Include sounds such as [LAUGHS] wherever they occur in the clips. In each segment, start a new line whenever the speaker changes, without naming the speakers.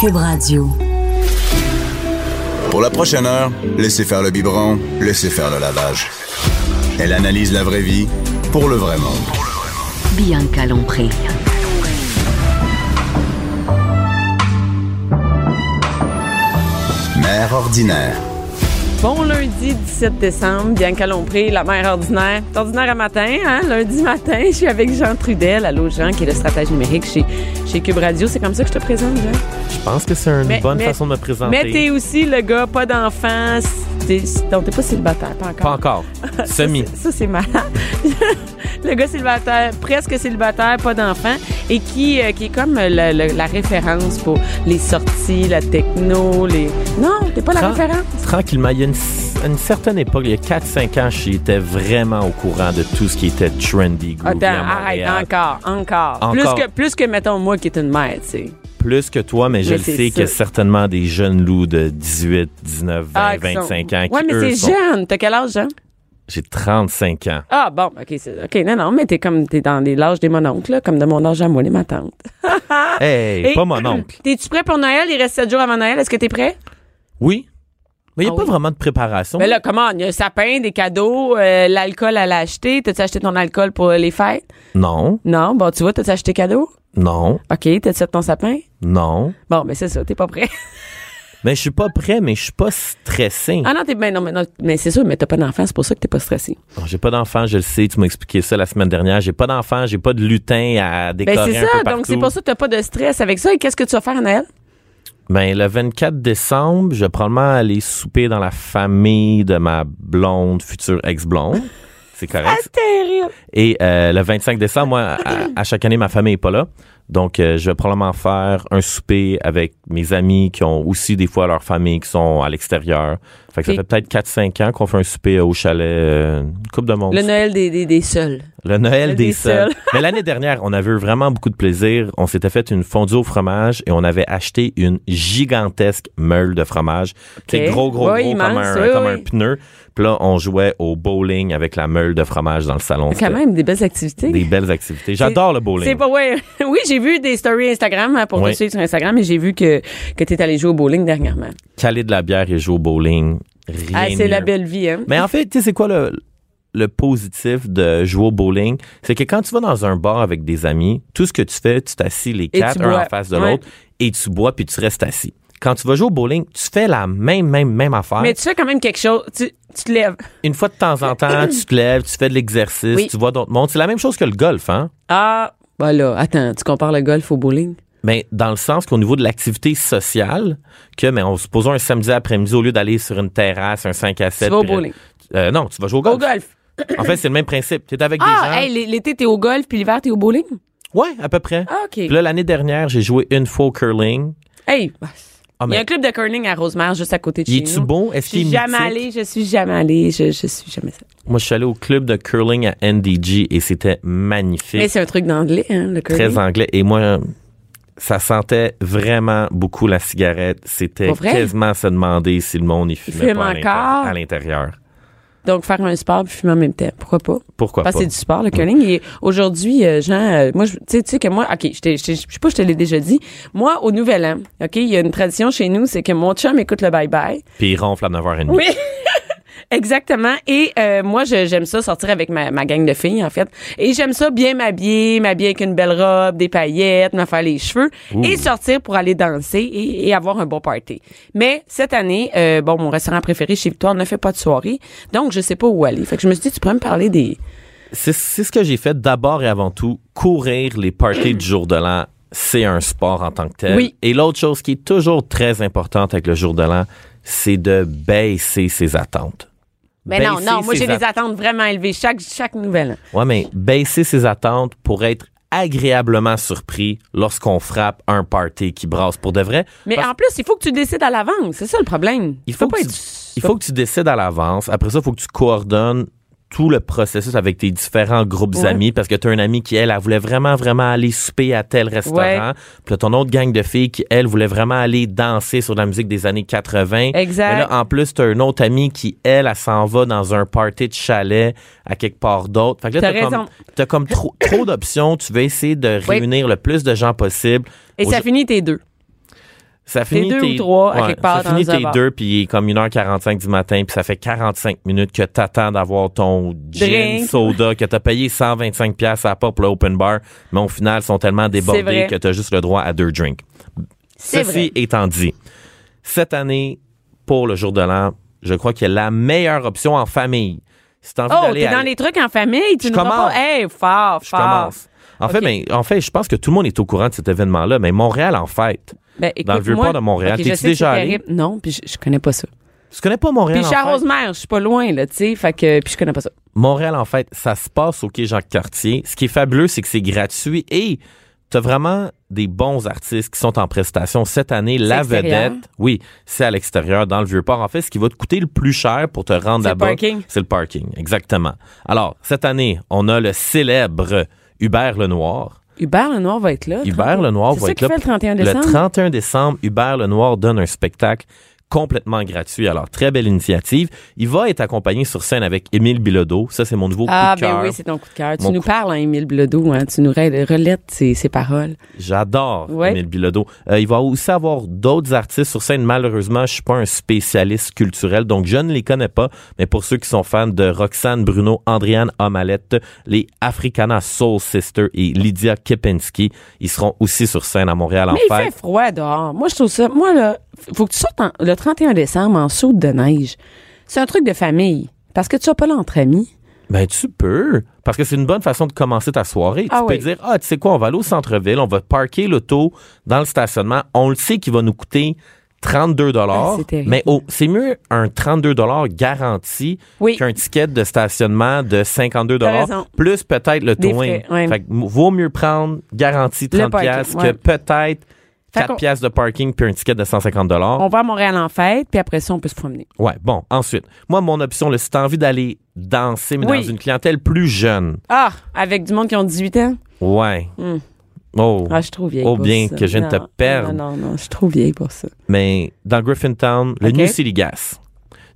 Cube Radio.
Pour la prochaine heure, laissez faire le biberon, laissez faire le lavage. Elle analyse la vraie vie pour le vrai monde.
Bianca Lompré.
Mère ordinaire.
Bon lundi 17 décembre, Bianca Lompré, la mère ordinaire. C'est ordinaire à matin, hein? Lundi matin, je suis avec Jean Trudel. Allô, Jean, qui est le stratège numérique chez, chez Cube Radio. C'est comme ça que je te présente, Jean.
Je pense que c'est une
Mais-
bonne
mais-
façon de me présenter.
Mais t'es aussi le gars, pas d'enfant. T'es, donc, t'es pas célibataire, pas encore.
Pas encore. Semi.
Ça, [LAUGHS] c'est- Ça, c'est malade. [LAUGHS] le gars célibataire, presque célibataire, pas d'enfant, et qui, euh, qui est comme le- le- la référence pour les sorties, la techno, les. Non, t'es pas la
Tran-
référence.
Tranquillement, il y a une, c- une certaine époque, il y a 4-5 ans, j'étais vraiment au courant de tout ce qui était trendy,
Ah,
groovy à
Attends, arrête,
Montréal.
encore, encore.
Encore.
Plus, que, plus que, mettons, moi qui est une mère, tu sais.
Plus que toi, mais je
Mais
le
c'est
sais qu'il y a
ça.
certainement des jeunes loups de 18, 19, 20,
Ah, qui sont-
25 Ben, ans qui,
Ouais, mais
eux,
c'est
sont...
jeune. T'as quel âge, Jean?
J'ai 35 ans.
Ah, bon, OK. c'est- OK, non, non, mais t'es comme, t'es dans les- l'âge des mon oncle, là, comme de mon âge à moi, les ma tante.
Hey,
Ah, Et-
pas mon oncle.
[CLEARS THROAT] T'es-tu prêt pour Noël? Il reste 7 jours avant Noël. Est-ce que t'es prêt?
Oui, mais il n'y a
Ah
pas
oui?
vraiment de préparation.
Mais là, comment? Il y a un sapin, des cadeaux, euh, l'alcool à l'acheter. T'as-tu acheté ton alcool pour les fêtes?
Non,
Non. Bon, tu vois, t'as-tu acheté cadeau?
non,
OK. T'as-tu fait ton sapin?
non.
Bon, mais c'est ça, t'es pas prêt. [LAUGHS]
Mais je suis pas prêt, mais je suis pas stressé.
ah non, t'es ben non, mais, non, mais c'est sûr, mais t'as pas d'enfant, c'est pour ça que t'es pas stressé.
Non, J'ai pas d'enfant, je le sais, tu m'as expliqué ça la semaine dernière. J'ai pas d'enfant, j'ai pas de lutin à décorer
Ben c'est
un peu
ça,
partout.
donc c'est pour ça que t'as pas de stress avec ça. Et qu'est-ce que tu vas faire à Noël?
Ben, le 24 décembre, je vais probablement aller souper dans la famille de ma blonde, future
[LAUGHS]
ex-blonde. C'est correct.
Terrible!
Et euh, le 25 décembre, moi, à, à chaque année, ma famille est pas là. Donc, euh, je vais probablement faire un souper avec mes amis qui ont aussi des fois leur famille qui sont à l'extérieur. Fait que ça
Et-
fait peut-être 4-5 ans qu'on fait un souper au chalet, euh, une coupe de monde.
Le Noël des, des, des seuls.
Le Noël
Le
des,
des
seuls.
seuls.
Mais l'année dernière, on avait eu vraiment beaucoup de plaisir. On s'était fait une fondue au fromage et on avait acheté une gigantesque meule de fromage. C'est gros, gros,
Ouais,
gros, comme,
immense,
un,
oui,
comme
oui.
un pneu. Puis là, on jouait au bowling avec la meule de fromage dans le salon.
Quand
C'était
même, des belles activités.
Des belles activités. J'adore le bowling.
C'est pas, ouais. [LAUGHS] Oui, j'ai vu des stories Instagram hein, pour
Oui.
te suivre sur Instagram, mais j'ai vu que, que t'es allé jouer au bowling dernièrement.
Caler de la bière et jouer au bowling. Rien
Ah,
de
c'est la
mieux. Ben,
belle vie, hein?
Mais en fait, tu sais, c'est quoi le, le positif de jouer au bowling? C'est que quand tu vas dans un bar avec des amis, tout ce que tu fais, tu t'assis les
Et
quatre,
tu
un
bois.
en face de
Ouais.
l'autre, et tu bois, puis tu restes assis. Quand tu vas jouer au bowling, tu fais la même, même, même affaire.
Mais tu fais quand même quelque chose. Tu, tu te lèves.
Une fois de temps en temps, tu te lèves, tu fais de l'exercice,
Oui.
tu vois d'autres mondes. C'est la même chose que le golf, hein?
Ah, ben là, attends, tu compares le golf au bowling?
Mais dans le sens qu'au niveau de l'activité sociale, que, mais on supposons un samedi après-midi, au lieu d'aller sur une terrasse, un 5 à 7.
vas au
puis-
bowling.
Euh, non, tu vas jouer au golf.
Au golf.
En fait, c'est le même principe. Tu es avec
Ah,
des gens.
hey, l- l'été, t'es au golf, puis l'hiver, t'es au bowling?
Ouais, à peu près.
Ah, OK.
Puis là, l'année dernière, j'ai joué une fois au curling.
Hey, bah, il y
Ah,
a
mais
un club de curling à Rosemère, juste à côté de
il
chez
est-tu
nous.
bon? Est-ce
Je
qu'il est
suis jamais
mythique?
allée, je suis jamais allée, je, je suis jamais ça.
Moi, je suis allé au club de curling à NDG et c'était
Mais
magnifique.
c'est un truc d'anglais, hein, le curling.
Très anglais. Et moi, ça sentait vraiment beaucoup la cigarette. C'était
Pour vrai?
quasiment à se demander si le monde y fumait
fume
pas à l'intérieur-
encore?
à l'intérieur.
Donc, faire un sport puis fumer en même temps. Pourquoi pas?
Pourquoi
Parce que
pas? Mm.
c'est du sport, le curling. Et aujourd'hui, euh, Jean, euh, moi, je- tu sais- tu sais que moi, OK, je t'ai- je t'ai- je sais pas, je te l'ai déjà dit. Moi, au Nouvel An, OK, il y a une tradition chez nous, c'est que mon chum écoute le bye-bye.
Puis il ronfle à 9h30.
Oui. [LAUGHS] Exactement. Et euh, moi, je- j'aime ça sortir avec ma, ma gang de filles, en fait. Et j'aime ça bien m'habiller, m'habiller avec une belle robe, des paillettes, me faire les cheveux et sortir pour aller danser et, et avoir un beau party. Mais cette année, euh, bon, mon restaurant préféré chez Victoire ne fait pas de soirée, donc je sais pas où aller. Fait que je me suis dit, tu pourrais me parler des...
C'est c'est ce que j'ai fait d'abord et avant tout. Courir les parties du jour de l'an, c'est un sport en tant que tel.
Oui.
Et l'autre chose qui est toujours très importante avec le jour de l'an, c'est de baisser ses attentes.
Mais Ben non,
Baisser
non, moi
ses
j'ai des
attentes.
attentes vraiment élevées chaque, chaque nouvelle an.
Ouais, mais baisser ses attentes pour être agréablement surpris lorsqu'on frappe un party qui brasse pour de vrai.
Mais
Parce-
en plus, il faut que tu décides à l'avance. C'est ça le problème.
il faut,
pas
que
être...
tu, il faut que tu décides à l'avance. Après ça, il faut que tu coordonnes tout le processus avec tes différents groupes
Ouais.
amis parce que tu as un ami qui, elle, elle voulait vraiment, vraiment aller souper à tel restaurant.
Ouais.
Puis là, ton autre gang de filles qui, elle, voulait vraiment aller danser sur de la musique des années 80.
Exact.
Mais là, en plus, tu as un autre ami qui, elle, elle s'en va dans un party de chalet à quelque part d'autre. Fait que
T'as
là, tu as,
raison.
comme, t'as comme trop, trop d'options. Tu veux essayer de
Oui.
réunir le plus de gens possible.
Et
Au-
ça finit tes deux.
Ça finit
deux ou
tes-
trois, à quelque part
Ça
dans
finit
un
tes
bar.
deux, puis il est comme 1h45 du matin, puis ça fait 45 minutes que t'attends d'avoir ton gin,
Drink.
soda, que t'as payé 125 pièces à la porte pour l'open bar, mais au final, ils sont tellement débordés
vrai.
que t'as juste le droit à deux drinks.
C'est
Ceci étant dit, cette année, pour le jour de l'an, je crois qu'il y a la meilleure option en famille. Si t'as envie
Oh,
d'aller
t'es
à-
dans les trucs en famille, tu
Je
nous diras
commence.
pas. Hey, fort, fort.
Je commence. En fait,
Ok.
mais, en fait, je pense que tout le monde est au courant de cet événement-là, mais Montréal en fête.
Ben, écoute,
Dans le vieux
moi-
port de Montréal,
Ok, je
t'es-tu
sais que
déjà
c'est
allé?
terrible. Non, puis je, je connais pas ça.
Tu connais pas Montréal
Puis je
en
suis à
fête?
Rosemère, je suis pas loin, là, tu sais. Fait que, puis je connais pas ça.
Montréal, en fait, ça se passe au Quai Jacques-Cartier. Ce qui est fabuleux, c'est que c'est gratuit et t'as vraiment des bons artistes qui sont en prestation. Cette année, la
extérieur?
vedette, oui, c'est à l'extérieur, dans le Vieux-Port. En fait, ce qui va te coûter le plus cher pour te rendre
C'est le
là-bas,
parking.
c'est le parking, exactement. Alors, cette année, on a le célèbre Hubert Lenoir.
Hubert Lenoir va être là.
Hubert Lenoir
Ah, C'est
va
ça
être
qu'il
là.
fait le 31
Le
décembre?
31 décembre, Hubert Lenoir donne un spectacle complètement gratuit. Alors, très belle initiative. Il va être accompagné sur scène avec Émile Bilodeau. Ça, c'est mon nouveau
Ah,
coup de
ben
cœur.
oui, c'est ton coup de cœur. Tu
Mon
nous
coup-
parles, hein, Émile Bledoux, hein. Tu nous re- relètes ses, ses paroles.
J'adore
Ouais.
Émile Bilodeau. Euh, il va aussi avoir d'autres artistes sur scène. Malheureusement, je suis pas un spécialiste culturel, donc je ne les connais pas. Mais pour ceux qui sont fans de Roxane Bruno, Andriane Amalette, les Africana Soul Sisters et Lydia Kepinski, ils seront aussi sur scène à Montréal en
Mais il
fête.
fait froid dehors. Moi, je trouve ça. Moi, là, faut que tu sortes en- le 31 décembre en saute de neige. C'est un truc de famille. Parce que tu sois pas là entre amis.
Ben, tu peux. Parce que c'est une bonne façon de commencer ta soirée.
Ah
tu peux
oui.
dire, ah, tu sais quoi, on va aller au centre-ville, on va parker l'auto dans le stationnement. On le sait qu'il va nous coûter 32
Ah, c'est terrible.
Mais oh, c'est mieux un 32 garanti
Oui.
qu'un ticket de stationnement de 52
T'as raison.
plus peut-être le
Des
towing.
frais, ouais.
Fait que m- vaut mieux prendre garantie
Le
30
parking,
piastres
ouais.
que peut-être
Fait
4
qu'on-
piastres de parking puis un ticket de 150
On va à Montréal en fête, puis après ça, on peut se promener.
Ouais, bon, ensuite. Moi, mon option, là, si t'as envie d'aller danser, mais
Oui.
dans une clientèle plus jeune,
Ah, avec du monde qui ont 18 ans?
Ouais. Oh.
Ah, je suis trop vieille
Oh,
pour
bien
ça.
que je ne te
Non,
perde.
Non, non, non, je suis trop vieille pour ça.
Mais dans Griffintown, le
Ok.
New City Gas.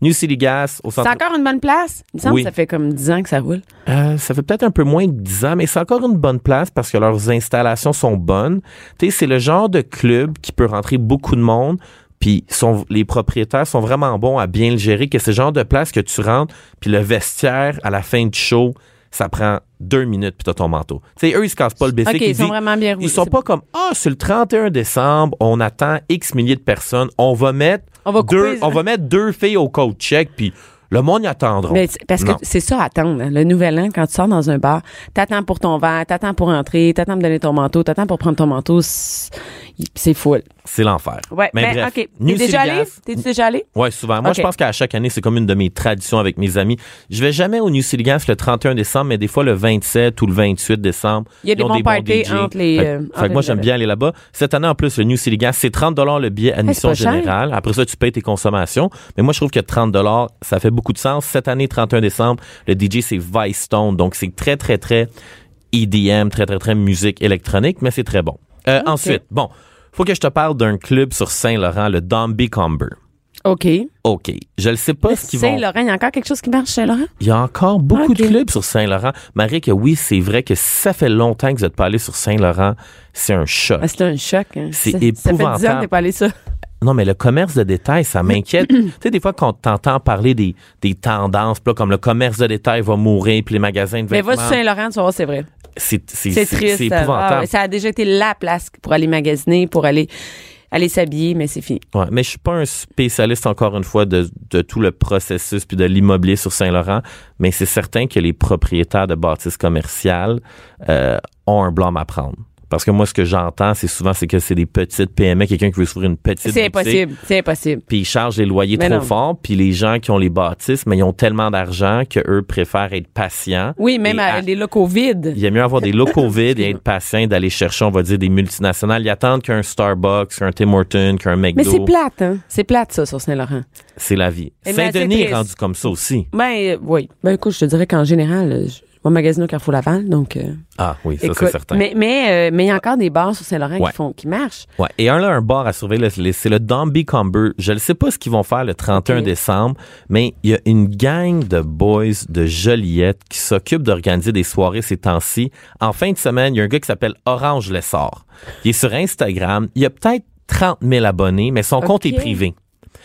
New City Gas au
C'est
centre.
encore une bonne place? Il me semble
Oui.
que ça fait comme 10 ans que ça roule.
Euh, ça fait peut-être un peu moins de 10 ans, mais c'est encore une bonne place parce que leurs installations sont bonnes. Tu sais, c'est le genre de club qui peut rentrer beaucoup de monde. Puis sont, les propriétaires sont vraiment bons à bien le gérer, que c'est le genre de place que tu rentres, puis le vestiaire à la fin du show, ça prend deux minutes, puis t'as ton manteau. Tu sais, eux, ils se cassent pas le bessic.
OK, ils sont
disent,
vraiment bien roulés.
Ils sont
C'est
pas comme ah c'est le 31 décembre, on attend X milliers de personnes, on va mettre
On va couper hein.
deux
les-
on va mettre deux filles au coach check puis le monde y attendra.
Mais c'est- parce que
Oh. Non.
c'est ça à attendre. hein. Le nouvel an, quand tu sors dans un bar, t'attends pour ton verre, t'attends pour entrer, t'attends pour donner ton manteau, t'attends pour prendre ton manteau. C'est c'est full.
c'est l'enfer.
Ouais,
mais
mais,
bref,
OK.
New
T'es déjà
City
allé?
Gas-
T'es-tu déjà allé?
Ouais, souvent. Moi,
OK.
je pense qu'à chaque année, c'est comme une de mes traditions avec mes amis. Je vais jamais au New City Gas le 31 décembre, mais des fois le 27 ou le 28 décembre.
Il y a des
ils ont
bons parties
DJ.
entre les,
Fait,
euh,
fait
entre
que moi,
les
j'aime bien aller là-bas. Cette année, en plus, le New City Gas, c'est 30 le billet admission
Ah, pas cher.
générale. Après ça, tu payes tes consommations. Mais moi, je trouve que 30 ça fait beaucoup de sens. Cette année, 31 décembre, le DJ, c'est Vice Stone. Donc, c'est très, très, très EDM, très, très, très musique électronique, mais c'est très bon. Euh, Ensuite, bon, faut que je te parle d'un club sur Saint-Laurent, le Dombey Comber.
OK.
OK. Je ne sais pas ce qu'ils vont...
Saint-Laurent, il y a encore quelque chose qui marche, Saint-Laurent?
Il y a encore beaucoup de
Ok.
clubs sur Saint-Laurent. Marie, que oui, c'est vrai que si ça fait longtemps que vous n'êtes pas allé sur Saint-Laurent, c'est un choc.
Ah, c'est un choc. hein.
C'est
Ça- Ça fait 10 ans
épouvantable.
que t'es pas allé ça.
Non, mais le commerce de détail,
[CLEARS THROAT]
ça m'inquiète. tu sais, des fois, quand t'entends parler des, des tendances, puis là, comme le commerce de détail va mourir, puis les magasins de
Mais
vêtements,
va sur Saint-Laurent, tu vas voir, c'est vrai.
c'est c'est-
C'est
c'est-
triste.
c'est
ça. Ah,
épouvantable.
ouais, ça a déjà été la place pour aller magasiner, pour aller aller s'habiller, mais c'est fini.
Ouais, mais je suis pas un spécialiste encore une fois de, de tout le processus puis de l'immobilier sur Saint-Laurent, mais c'est certain que les propriétaires de bâtisses commerciales euh, ont un blâme à prendre. Parce que moi, ce que j'entends, c'est souvent c'est que c'est des petites PME, quelqu'un qui veut s'ouvrir une petite
C'est
boutique,
impossible. C'est impossible.
Puis ils chargent les loyers
Mais
trop
non.
fort, puis les gens qui ont les bâtisses, mais ils ont tellement d'argent que eux préfèrent être patients.
Oui, même
Et
à,
à-
les locaux vides.
il y a mieux avoir
[LAUGHS]
des locaux vides et être patient, d'aller chercher, on va dire, des multinationales. Ils attendent qu'un Starbucks, qu'un Tim Hortons, qu'un McDo.
Mais c'est plate, hein? C'est plate, ça, sur Saint-Laurent.
C'est la vie.
Eh ben,
Saint-Denis
c'est
est
triste.
rendu comme ça aussi.
Ben, euh, oui. Ben, écoute, je te dirais qu'en général, euh, je vais magasiner au Carrefour Laval, donc. euh,
Ah oui, ça c'est
écoute,
certain.
Mais mais euh, mais il y a encore des bars sur Saint-Laurent
Ouais.
qui font qui marchent.
Ouais. Et un là, un bar à surveiller, là, c'est c'est le Dombey Comber. Je ne sais pas ce qu'ils vont faire le 31
Ok.
décembre, mais il y a une gang de boys de Joliette qui s'occupe d'organiser des soirées ces temps-ci. En fin de semaine, il y a un gars qui s'appelle Orange Lessard. Il est sur Instagram. Il y a peut-être 30 000 abonnés, mais son compte
Ok.
est privé.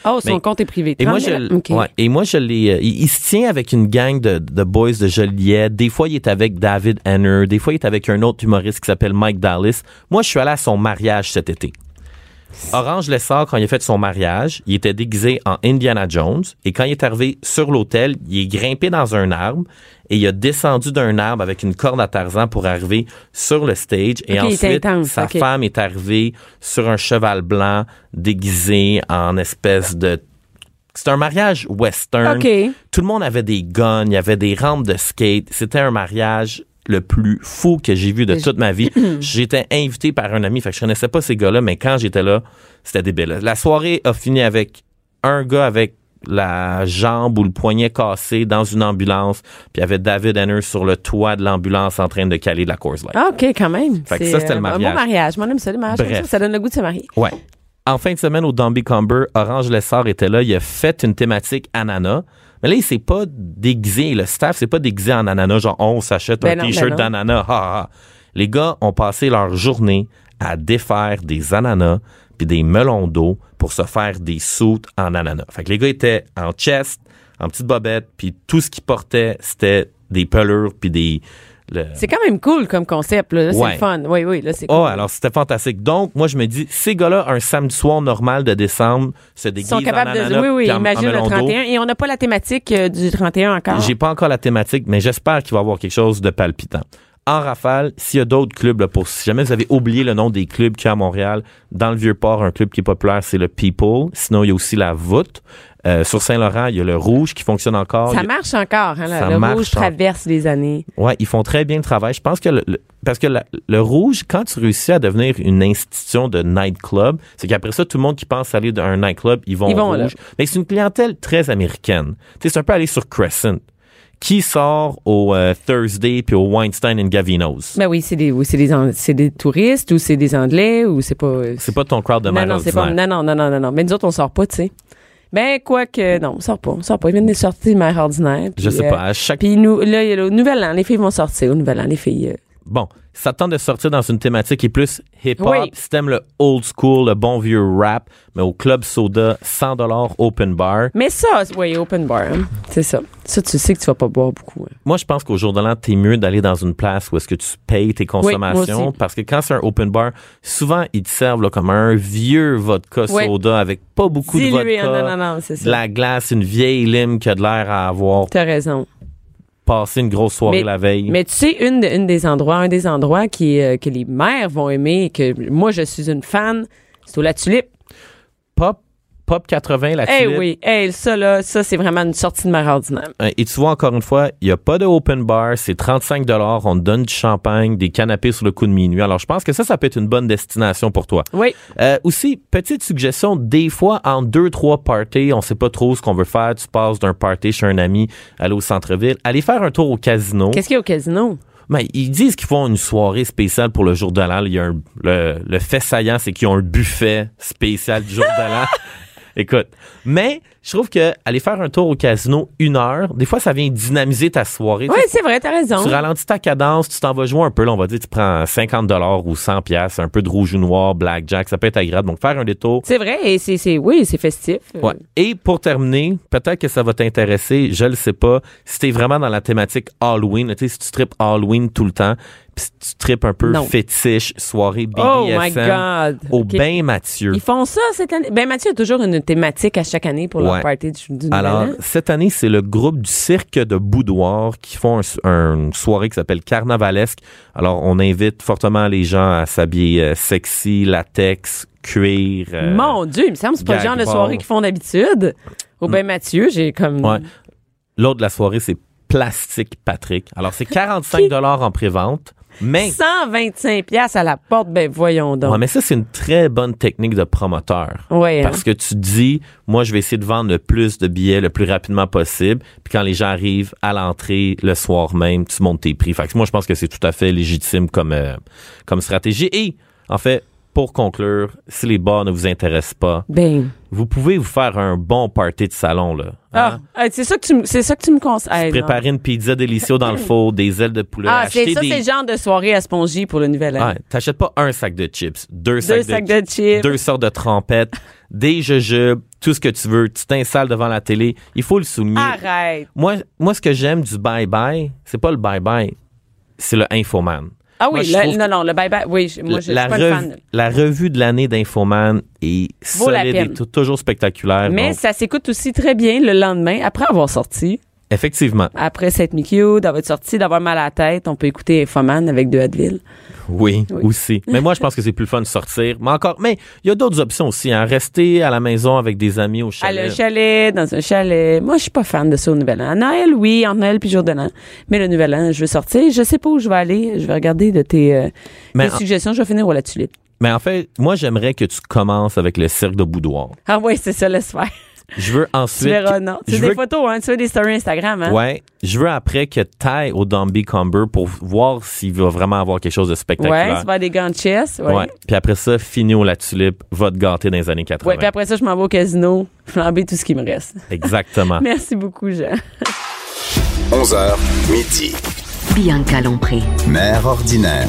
Oh, son
Mais-
compte est privé.
Et moi,
30 000
je,
OK.
ouais, et moi, je l'ai. euh, il, il se tient avec une gang de, de boys de Joliette. Des fois, il est avec David Hanner. Des fois, il est avec un autre humoriste qui s'appelle Mike Dallas. Moi, je suis allé à son mariage cet été. Orange Lessard, quand il a fait son mariage, il était déguisé en Indiana Jones. Et quand il est arrivé sur l'hôtel, il est grimpé dans un arbre et il a descendu d'un arbre avec une corde à Tarzan pour arriver sur le stage. Et
Ok, il était
ensuite,
intense,
sa
ok.
femme est arrivée sur un cheval blanc déguisé en espèce de c'était un mariage western.
OK.
Tout le monde avait des guns, il y avait des rampes de skate. C'était un mariage le plus fou que j'ai vu de toute ma vie. J'étais invité par un ami, fait que je connaissais pas ces gars-là, mais quand j'étais là, c'était débile. La soirée a fini avec un gars avec la jambe ou le poignet cassé dans une ambulance, puis il y avait David Hanner sur le toit de l'ambulance en train de caler de la course
Ah, OK, quand même.
Fait que ça, c'était le
euh, Un
mariage.
beau mariage. Moi, j'aime ça, les mariages comme
Bref.
ça. Ça donne le goût de se marier.
Ouais. En fin de semaine, au Dombey Comber, Orange Lessard était là. Il a fait une thématique ananas. Mais là, il s'est pas déguisé. Le staff s'est pas déguisé en ananas. Genre, on s'achète
Ben
un
non, ben
t-shirt
non.
d'ananas. Ha, ha. Les gars ont passé leur journée à défaire des ananas puis des melons d'eau pour se faire des soutes en ananas. Fait que les gars étaient en chest, en petite bobette, puis tout ce qu'ils portaient, c'était des pelures puis des... le-
C'est quand même cool comme concept. Là, Là, c'est
Ouais.
le fun. Oui, oui, là, c'est cool.
Oh, alors c'était fantastique. Donc, moi, je me dis, ces gars-là, un samedi soir normal de décembre, se
Ils
déguisent
sont capables
en
de...
ananas,
Oui, oui,
puis en- en
imagine le
melon d'eau.
31. Et on n'a pas la thématique euh, du 31 encore.
J'ai pas encore la thématique, mais j'espère qu'il va y avoir quelque chose de palpitant. En rafale, s'il y a d'autres clubs, là, pour si jamais vous avez oublié le nom des clubs qu'il y a à Montréal, dans le Vieux-Port, un club qui est populaire, c'est le People. Sinon, il y a aussi la Voûte. Euh, sur Saint-Laurent, il y a le Rouge qui fonctionne encore. Il y a-
Ça marche encore. Hein, là.
Ça
le
marche
rouge
encore.
traverse les années.
Ouais, ils font très bien le travail. Je pense que le, le- parce que la- le rouge, quand tu réussis à devenir une institution de nightclub, c'est qu'après ça, tout le monde qui pense aller d'un nightclub, ils vont,
Ils vont
au
là.
rouge. Mais c'est une clientèle très américaine. Tu sais, c'est un peu aller sur Crescent. Qui sort au euh, Thursday puis au Weinstein and Gavino's?
Ben oui, c'est des, oui, c'est des, An- c'est des touristes ou c'est des Anglais ou c'est pas. euh,
C'est pas ton crowd de
non,
mal
non, c'est pas.
ordinaire.
Non, non, non, non, non, non. Mais nous autres, on sort pas, tu sais. Ben, quoi que. Non, on sort pas. On sort pas. Ils viennent de sortir mère ordinaire.
Je
puis,
sais
euh,
pas. À chaque
Puis nous, là, il y a le nouvel an. Les filles vont sortir au nouvel an. Les filles. euh,
bon, ça tente de sortir dans une thématique qui est plus hip-hop.
Oui.
Si t'aimes le old school, le bon vieux rap, mais au club soda, 100 open bar.
Mais ça, c'est- oui, open bar. hein. C'est ça. Ça, tu sais que tu vas pas boire beaucoup. hein.
Moi, je pense qu'au jour de l'an, t'es mieux d'aller dans une place où est-ce que tu payes tes consommations.
moi aussi.
Parce que quand c'est un open bar, souvent, ils te servent là, comme un vieux vodka
Ouais.
soda avec pas beaucoup
Dilué,
de vodka.
hein, non, non, non, c'est
De
ça.
la glace, une vieille lime qui a de l'air à avoir
T'as raison.
passé une grosse soirée
Mais-
la veille.
Mais tu sais, une, de- une des endroits, un des endroits qui, euh, que les mères vont aimer et que moi, je suis une fan, c'est au La Tulipe.
Pop, pop 80, la
Eh
tulipe.
oui, eh ça, là, ça, c'est vraiment une sortie de mère ordinaire.
Euh, Et tu vois, encore une fois, il n'y a pas de open bar, c'est 35 on te donne du champagne, des canapés sur le coup de minuit. Alors, je pense que ça, ça peut être une bonne destination pour toi.
Oui.
Euh, aussi, petite suggestion, des fois, en deux, trois parties, on sait pas trop ce qu'on veut faire, tu passes d'un party chez un ami, aller au centre-ville, aller faire un tour au casino.
Qu'est-ce qu'il y a au casino?
Mais ils disent qu'ils font une soirée spéciale pour le jour de l'an. Il y a un- le, le fait saillant, c'est qu'ils ont un buffet spécial du jour de
[LAUGHS]
l'an. Écoute, mais je trouve que aller faire un tour au casino une heure, des fois, ça vient dynamiser ta soirée.
Oui, c'est vrai, t'as raison.
Tu ralentis ta cadence, tu t'en vas jouer un peu. Là, on va dire, tu prends 50 ou 100 pièces, un peu de rouge ou noir, blackjack, ça peut être agréable. Donc, faire un détour.
C'est vrai, et c'est, c'est, oui, c'est festif. Euh,
Ouais. Et pour terminer, peut-être que ça va t'intéresser, je le sais pas, si t'es vraiment dans la thématique Halloween, tu sais, si tu tripes Halloween tout le temps, puis si tu tripes un peu
Non.
fétiche, soirée BDSM,
Oh my God.
au
OK.
bain Mathieu.
Ils font ça cette année. Ben, Mathieu a toujours une thématique à chaque année pour
Ouais.
leur party du, du Nouvel
Alors,
An.
cette année, c'est le groupe du cirque de Boudoir qui font un- un- une soirée qui s'appelle Carnavalesque. Alors, on invite fortement les gens à s'habiller euh, sexy, latex, cuir. euh,
hein? Mon Dieu, il me semble que c'est pas le
gag
genre de
bar.
soirée qu'ils font d'habitude. Au ben Mathieu, j'ai comme.
Mm. Ouais. L'autre de la soirée, c'est Plastique Patrick. Alors, c'est 45 en pré-vente, mais,
125 pièces à la porte, ben voyons donc.
Ouais, mais ça, c'est une très bonne technique de promoteur.
Ouais, hein.
Parce que tu dis, moi, je vais essayer de vendre le plus de billets le plus rapidement possible. Puis quand les gens arrivent à l'entrée le soir même, tu montes tes prix. Fait que moi, je pense que c'est tout à fait légitime comme, euh, comme stratégie. Et, en fait, pour conclure, si les bars ne vous intéressent pas,
Ben.
vous pouvez vous faire un bon party de salon, là.
Ah, euh, c'est ça que tu, me- c'est ça que tu me conseilles. non?
Préparer une pizza
[LAUGHS]
délicieuse dans le four, des ailes de poulet,
Ah, c'est
acheter
ça, c'est
des...
le genre de soirée à Spongy pour le nouvel an.
Ouais, t'achètes pas un sac de chips, deux,
Deux
sacs,
sacs
de,
de chips.
deux sortes de trompettes, des jujubes, tout ce que tu veux, tu t'installes devant la télé. Il faut le souligner.
Ah. Arrête.
Moi, moi, ce que j'aime du bye-bye, c'est pas le bye-bye, c'est le Infoman.
Ah
Moi,
oui,
je
le-
trouve
non, non, le bye-bye. Oui, je- moi, je je suis
la,
pas une
rev-
fan.
la revue de l'année d'Infoman est
Vaut la
solide
peine.
et tou- toujours spectaculaire.
Mais
donc,
ça s'écoute aussi très bien le lendemain, après avoir sorti,
effectivement,
après cette MQ, d'avoir été sorti, d'avoir mal à la tête, on peut écouter Infoman avec deux Advil.
oui, aussi. Mais moi, je pense que c'est plus le fun de sortir. Mais encore, mais il y a d'autres options aussi. Hein. Rester à la maison avec des amis au
À
chalet.
le chalet, dans un chalet. Moi, je suis pas fan de ça au Nouvel An. À Noël, oui, en Noël puis jour de l'an. Mais le Nouvel An, je veux sortir. Je sais pas où je vais aller. Je vais regarder de tes, euh,
Mais
tes
en-
suggestions. Je vais finir au La Tulipe.
Mais en fait, moi, j'aimerais que tu commences avec le cirque de boudoir.
Ah oui, c'est ça, laisse faire.
Je veux
Tu
ensuite.
verras, non. Tu
je
fais des
veux-
photos, hein. Tu fais des stories Instagram, hein.
Ouais, je veux après que t'ailles au Dombey Comber pour voir s'il va vraiment avoir quelque chose de
Ouais,
spectaculaire.
tu vas des gants de chess. Ouais.
Ouais. Puis après ça, fini au La Tulipe, va te gâter dans les années 80.
Ouais, puis après ça, je m'en vais au casino, flamber tout ce qui me reste. [LAUGHS]
Exactement.
Merci beaucoup, Jean.
11h, midi.
Bianca Lompré.
Mère ordinaire.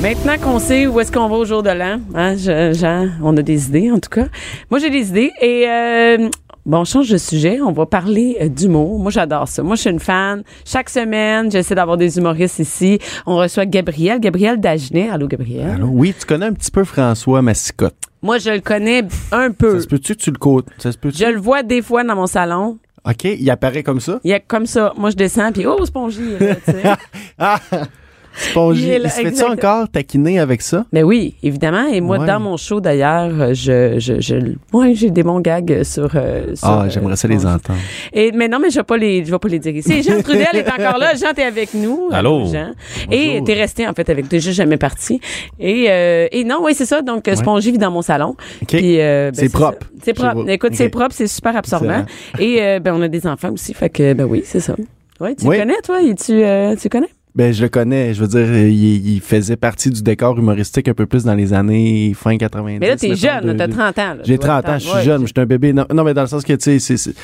Maintenant qu'on sait où est-ce qu'on va au jour de l'an, hein, je- Jean, on a des idées en tout cas. Moi, j'ai des idées et euh, bon, on change de sujet. On va parler euh, d'humour. Moi, j'adore ça. Moi, je suis une fan. Chaque semaine, j'essaie d'avoir des humoristes ici. On reçoit Gabriel, Gabriel Dagenet. Allô, Gabriel.
Allô? Oui, tu connais un petit peu François Massicotte.
Moi, je le connais un
Ça
peu.
se peut-tu que tu le côtes? Ça se peut-tu?
Je le vois des fois dans mon salon.
OK, il apparaît comme ça.
Il y a comme ça. Moi, je descends puis oh, Spongy. il est là,
[LAUGHS]
tu sais.
Ah! Spongy.
Il est là,
Il se fait-tu
exact.
encore taquiner avec ça?
Ben oui, évidemment. Et moi,
Ouais.
dans mon show, d'ailleurs, euh, je, je, je, ouais, j'ai des bons gags sur. euh, sur,
Ah,
euh,
j'aimerais ça
mon
les
show.
entendre.
Et, mais non, mais je vais pas les, je vais pas les dire
[LAUGHS]
ici. Et Jean Trudel est encore là. Jean, t'es avec nous. euh,
Allô.
Jean. Et t'es resté, en fait, avec déjà jamais parti. Et, euh, et non, oui, c'est ça. Donc, euh, Spongy vit dans mon salon.
OK.
Puis, euh, ben,
C'est propre.
ça. C'est propre.
Chez vous.
Écoute, c'est
OK.
propre, c'est super absorbant. Et, euh, ben, on a des enfants aussi. Fait que, ben oui, c'est ça. Ouais, tu
Oui.
connais, toi? Et tu, euh, tu connais?
Ben, je le connais. Je veux dire, il, il faisait partie du décor humoristique un peu plus dans les années fin 90.
Mais là, t'es
mettons,
jeune,
de-
t'as 30 ans. là.
J'ai
Tu vois,
30 ans, je suis
ouais.
jeune, mais je suis un bébé. Non, non, mais dans le sens que, tu sais, c'est- c'est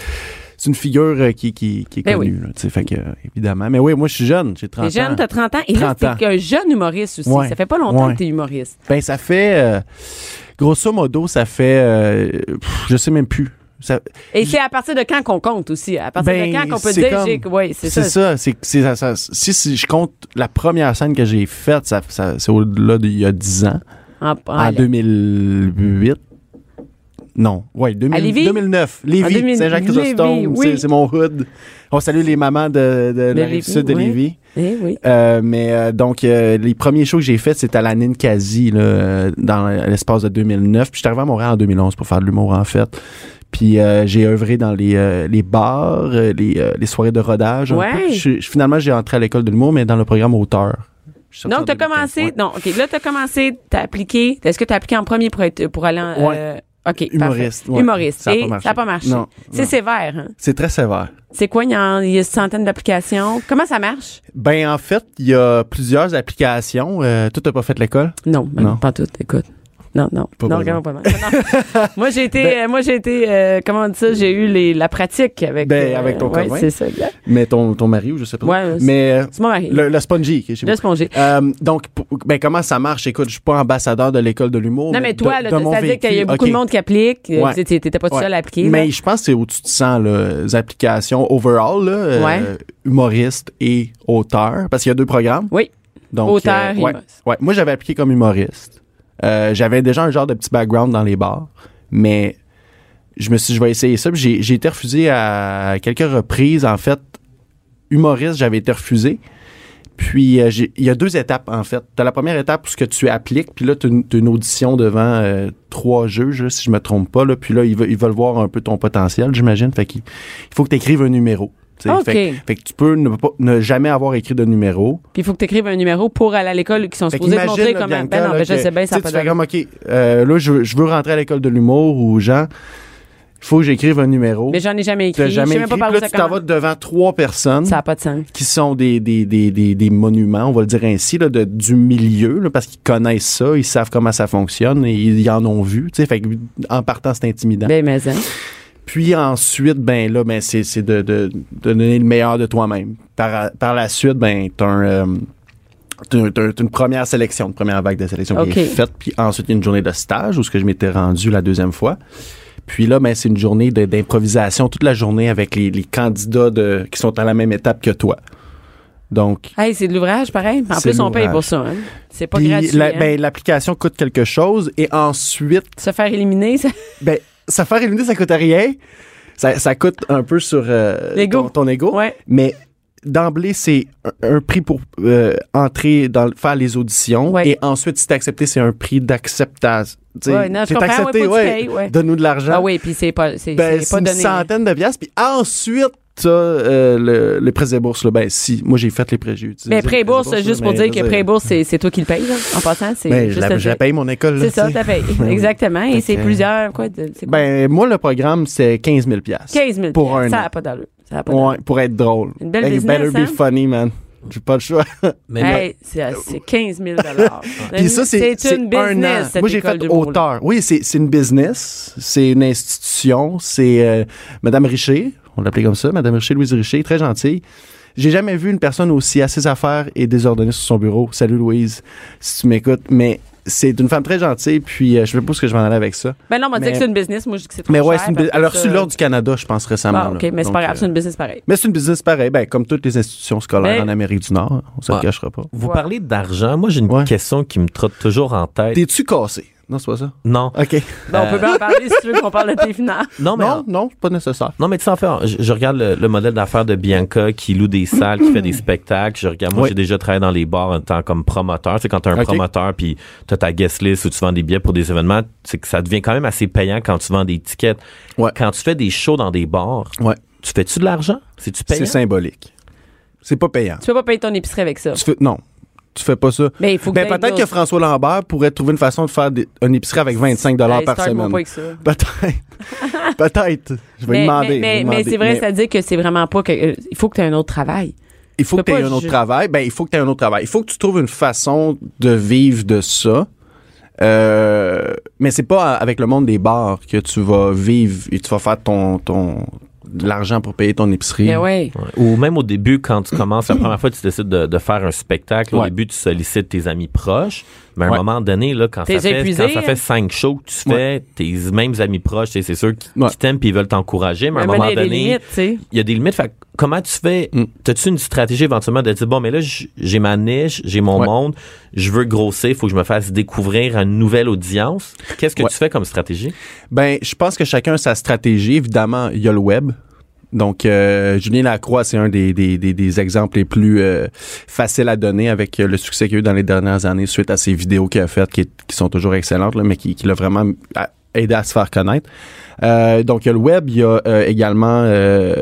c'est une figure euh, qui, qui, qui est
Ben
connue, là, tu sais, fait que, euh, évidemment. Mais oui, moi, je suis jeune, j'ai 30
T'es jeune,
ans.
t'as 30 ans. Et là,
30 ans.
t'es un jeune humoriste aussi.
Ouais.
Ça fait pas longtemps
Ouais.
que t'es humoriste.
Ben, ça fait. euh, grosso modo, ça fait. euh, pff, je sais même plus. Ça-
Et c'est à partir de quand qu'on compte aussi. À partir
Ben,
de quand qu'on peut
c'est
dire,
comme-
j'ai- ouais, c'est ça.
c'est c'est ça, ça- si, si je compte la première scène que j'ai faite, ça, ça- c'est au-delà d'il y a 10 ans.
En, en-
en 2008. Non, ouais, 2000
À Lévis?
2009.
En
Lévis,
2000 Lévis,
Saint-Jacques-Chrysostome,
oui.
c'est- c'est mon hood. On salue les mamans de, de la
Lévis,
rive sud de
oui.
Lévis.
Eh oui.
Euh, mais euh, donc, euh, les premiers shows que j'ai faits, c'était à la Ninkasi, là, euh, dans l'espace de 2009. Puis je suis arrivé à Montréal en 2011 pour faire de l'humour, en fait. Puis euh, j'ai œuvré dans les, euh, les bars, euh, les, euh, les soirées de rodage. un
Ouais.
peu. Je- je- finalement, j'ai entré à l'école de l'humour, mais dans le programme auteur. Je suis sorti en
Donc, t'as
2015,
commencé.
ouais.
Non, OK. Là, t'as commencé, t'as appliqué. Est-ce que t'as appliqué en premier pour, être, pour aller en. euh,
Ouais.
OK.
Humoriste,
parfait.
ouais.
Humoriste.
Ça a
Et
pas marché.
ça a pas marché.
Non,
C'est
non.
sévère. Hein?
C'est très sévère.
C'est quoi? Il y, en- il y a une centaine d'applications. Comment ça marche?
Ben, en fait, il y a plusieurs applications. Euh, toi, t'as pas fait l'école?
Non, ben non,
Non.
pas toutes. Écoute. Non, non,
Pas Ben
non,
besoin.
regarde pas mal.
[LAUGHS]
Non. moi j'ai été, euh, moi j'ai été, euh, comment on dit ça, j'ai eu les, la pratique avec. euh,
Ben, avec ton
ouais,
conjoint.
c'est ça. exact.
Mais ton, ton mari ou je sais pas.
Ouais, ouais, c'est-
mais euh,
C'est mon mari. Le,
le, le spongy qui est chez vous.
spongé.
Euh, donc, pour- ben, comment ça marche? Écoute, je suis pas ambassadeur de l'école de l'humour.
Non, mais toi,
de-
là,
de mon
c'est-à-dire qu'il y a
vécu.
beaucoup
OK.
de monde qui applique. euh,
Ouais.
Tu T'étais pas tout
Ouais.
seul à appliquer. là.
Mais je pense que c'est au-dessus de 100, là, les applications overall, là, euh,
Ouais.
humoriste et auteur, parce qu'il y a deux programmes.
Oui.
Donc, euh,
Auteur et
ouais,
humoriste.
ouais. Moi, j'avais appliqué comme humoriste. Euh, j'avais déjà un genre de petit background dans les bars, mais je me suis dit, je vais essayer ça. Puis j'ai, j'ai été refusé à quelques reprises. En fait, humoriste, j'avais été refusé. Puis, euh, j'ai- il y a deux étapes, en fait. Tu la première étape où ce que tu appliques, puis là, tu une, t'as une audition devant euh, trois juges, là, si je me trompe pas. Là, puis là, ils, veulent- ils veulent voir un peu ton potentiel, j'imagine. Fait qu'il il faut que tu écrives un numéro. tu sais.
Ah, OK.
Fait, que- fait que tu peux ne, pas- ne jamais avoir écrit de numéro.
Puis il faut que tu écrives un numéro pour aller à l'école qui sont
Fait
supposés te
qu'imagine,
montrer
là,
comment.
Bianca,
Ben non,
là,
ben je
que-
sais bien, ça
tu
a
sais,
pas
Tu fais
de
comme, OK, euh, là, je, veux- je veux rentrer à l'école de l'humour ou genre, Il faut que j'écrive un numéro.
Mais j'en ai jamais
T'as
écrit.
jamais
je sais même
écrit.
pas par
Puis
où
là,
ça
tu t'en vas
commence.
devant trois personnes
Ça n'a pas de sens.
qui sont des, des, des, des, des monuments, on va le dire ainsi, là, de, du milieu, là, parce qu'ils connaissent ça, ils savent comment ça fonctionne et ils, y en ont vu. tu sais. Fait que, en partant, c'est intimidant.
Ben, mais hein.
Puis ensuite, ben là, ben c'est, c'est de, de- de donner le meilleur de toi-même. Par, par la suite, ben t'as un, euh, t'as- t'as- t'as une première sélection, une première vague de sélection
Ok.
qui est faite. Puis ensuite, il y a une journée de stage où ce que je m'étais rendu la deuxième fois. Puis là, ben, c'est une journée de- d'improvisation toute la journée avec les, les candidats de, qui sont à la même étape que toi. Donc,
Hey, c'est de l'ouvrage, pareil. En
C'est
plus, on paye
l'ouvrage.
pour ça. Hein. C'est pas
puis
gratuit.
la-
hein.
ben, l'application coûte quelque chose. Et ensuite,
Se faire éliminer,
[LAUGHS]
ça...
ben, ça faire éliminer, ça coûte rien. Ça, ça coûte un peu sur euh,
L'ego.
ton, ton ego.
Ouais.
Mais d'emblée, c'est un, un prix pour euh, entrer dans le- faire les auditions.
Ouais.
Et ensuite, si t'es accepté, c'est un prix d'acceptation. T'sais,
Ouais, non, je
t'es
comprends, ouais,
accepté,
faut que tu
ouais,
payes, ouais.
Donne-nous de l'argent.
Ah oui, puis c'est pas, c'est,
Ben,
c'est
c'est
pas
une
donné. hein.
centaine de piastres. Puis ensuite, t'as euh, le, le prêt de bourse. Là, ben, si. Moi, j'ai fait les prêts. j'ai utilisé
Mais
le prêt des
pré-bourse,
bourses,
juste
là,
pour
mais
dire
je
que
veux
pré-bourse, c'est, c'est toi qui le payes. là. En passant, c'est
Ben, je
juste
la,
te
je
dire.
la paye mon école. là,
C'est ça,
t'sais.
t'as
[LAUGHS]
payé. Exactement. Et c'est
que-
plusieurs, quoi, de- c'est quoi?
Ben, moi, le programme, c'est 15 000 piastres
15 000
Pour un
Ça
an.
n'a pas d'allure. Ça n'a pas d'allure.
Ouais, pour être drôle.
Une belle
Hey, you
business,
better
hein?
be funny, man. J'ai pas le choix.
Mais
Hey, c'est, euh, c'est 15 000
[LAUGHS] Puis ça, c'est
Ben c'est une
c'est un
business,
an.
cette
Moi, j'ai
école
fait
d'humour-là.
auteur. Oui, c'est c'est une business, c'est une institution, c'est euh, Madame Richer, on l'appelait comme ça, Madame Richer, Louise Richer, très gentille. J'ai jamais vu une personne aussi à ses affaires et désordonnée sur son bureau. Salut Louise, si tu m'écoutes, mais c'est une femme très gentille, puis euh, je sais pas ce que je vais en aller avec ça.
Ben non, on m'a dit
Mais-
que c'est une business. Moi, je dis que c'est trop
Mais ouais,
cher,
c'est une
parce
bu-
que
elle a reçu
ça-
l'Ordre du Canada, je pense, récemment.
Ah,
là.
OK, mais c'est
Donc,
pas grave,
euh,
c'est une business
[LAUGHS]
pareil.
mais c'est une business pareille, ben, comme toutes les institutions scolaires
Mais-
en Amérique du Nord, on se
Ouais.
le cachera pas.
Vous
Ouais.
parlez d'argent. Moi, j'ai une
Ouais.
question qui me trotte toujours en tête.
T'es-tu cassé? Non, c'est pas ça.
Non.
OK.
Ben, on peut bien en parler si tu veux qu'on parle de tes
[LAUGHS]
finances.
Non, mais
Non, non, c'est pas nécessaire.
Non, mais tu sais, en fait, je, je regarde le, le modèle d'affaires de Bianca qui loue des salles, qui fait des spectacles. Je regarde, moi,
Oui.
j'ai déjà travaillé dans les bars en tant comme promoteur. C'est quand t'as un
Ok.
promoteur puis t'as ta guest list où tu vends des billets pour des événements, c'est que ça devient quand même assez payant quand tu vends des tickets.
Ouais.
Quand tu fais des shows dans des bars,
Ouais.
tu fais-tu de l'argent? C'est-tu payant?
C'est symbolique. C'est pas payant.
Tu peux pas payer ton épicerie avec ça.
Tu fais, non, tu fais pas ça.
Mais il faut que t'aies
Ben, peut-être
d'autres.
que François Lambert pourrait trouver une façon de faire des- une épicerie avec 25 dollars
Hey,
par
start-moi
semaine.
pas avec ça.
Peut-être. [LAUGHS] peut-être. Je vais
Mais,
lui
mais-
demander. je vais
mais-
lui
mais
demander.
c'est vrai,
Mais
c'est-à-dire que c'est vraiment pas que. euh, il faut que tu aies un autre travail.
il faut
tu
que tu
peux
aies
pas
un autre
ju-
travail. Ben, il faut que tu aies un autre travail. Il faut que tu trouves une façon de vivre de ça. Euh, mais c'est pas avec le monde des bars que tu vas vivre et tu vas faire ton, ton, de l'argent pour payer ton épicerie.
Mais Ben ouais.
Ouais. Ou même au début, quand tu commences, la première fois, tu décides de, de faire un spectacle. Au
Ouais.
début, tu sollicites tes amis proches. Mais à un
Ouais.
moment donné, là, quand,
T'es
ça fait,
épuisé,
quand ça
hein?
fait cinq shows que tu fais,
Ouais.
tes mêmes amis proches, c'est c'est sûr qu'ils
Ouais.
qui t'aiment puis ils veulent t'encourager. Mais à
Mais
un
ben,
moment
il y a des
donné,
limites, tu sais.
il y a des limites. Fait que comment tu fais?
Mm.
T'as-tu une stratégie éventuellement de dire, bon, mais là, j- j'ai ma niche, j'ai mon
Ouais.
monde, je veux grossir, faut que je me fasse découvrir à une nouvelle audience. Qu'est-ce que
Ouais.
tu fais comme stratégie?
Ben, je pense que chacun a sa stratégie. Évidemment, il y a le web. Donc, euh, Julien Lacroix, c'est un des, des, des, des exemples les plus euh, faciles à donner avec euh, le succès qu'il y a eu dans les dernières années suite à ses vidéos qu'il a faites, qui, qui sont toujours excellentes, là, mais qui, qui l'a vraiment a- aidé à se faire connaître. Euh, donc, il y a le web, il y a euh, également euh,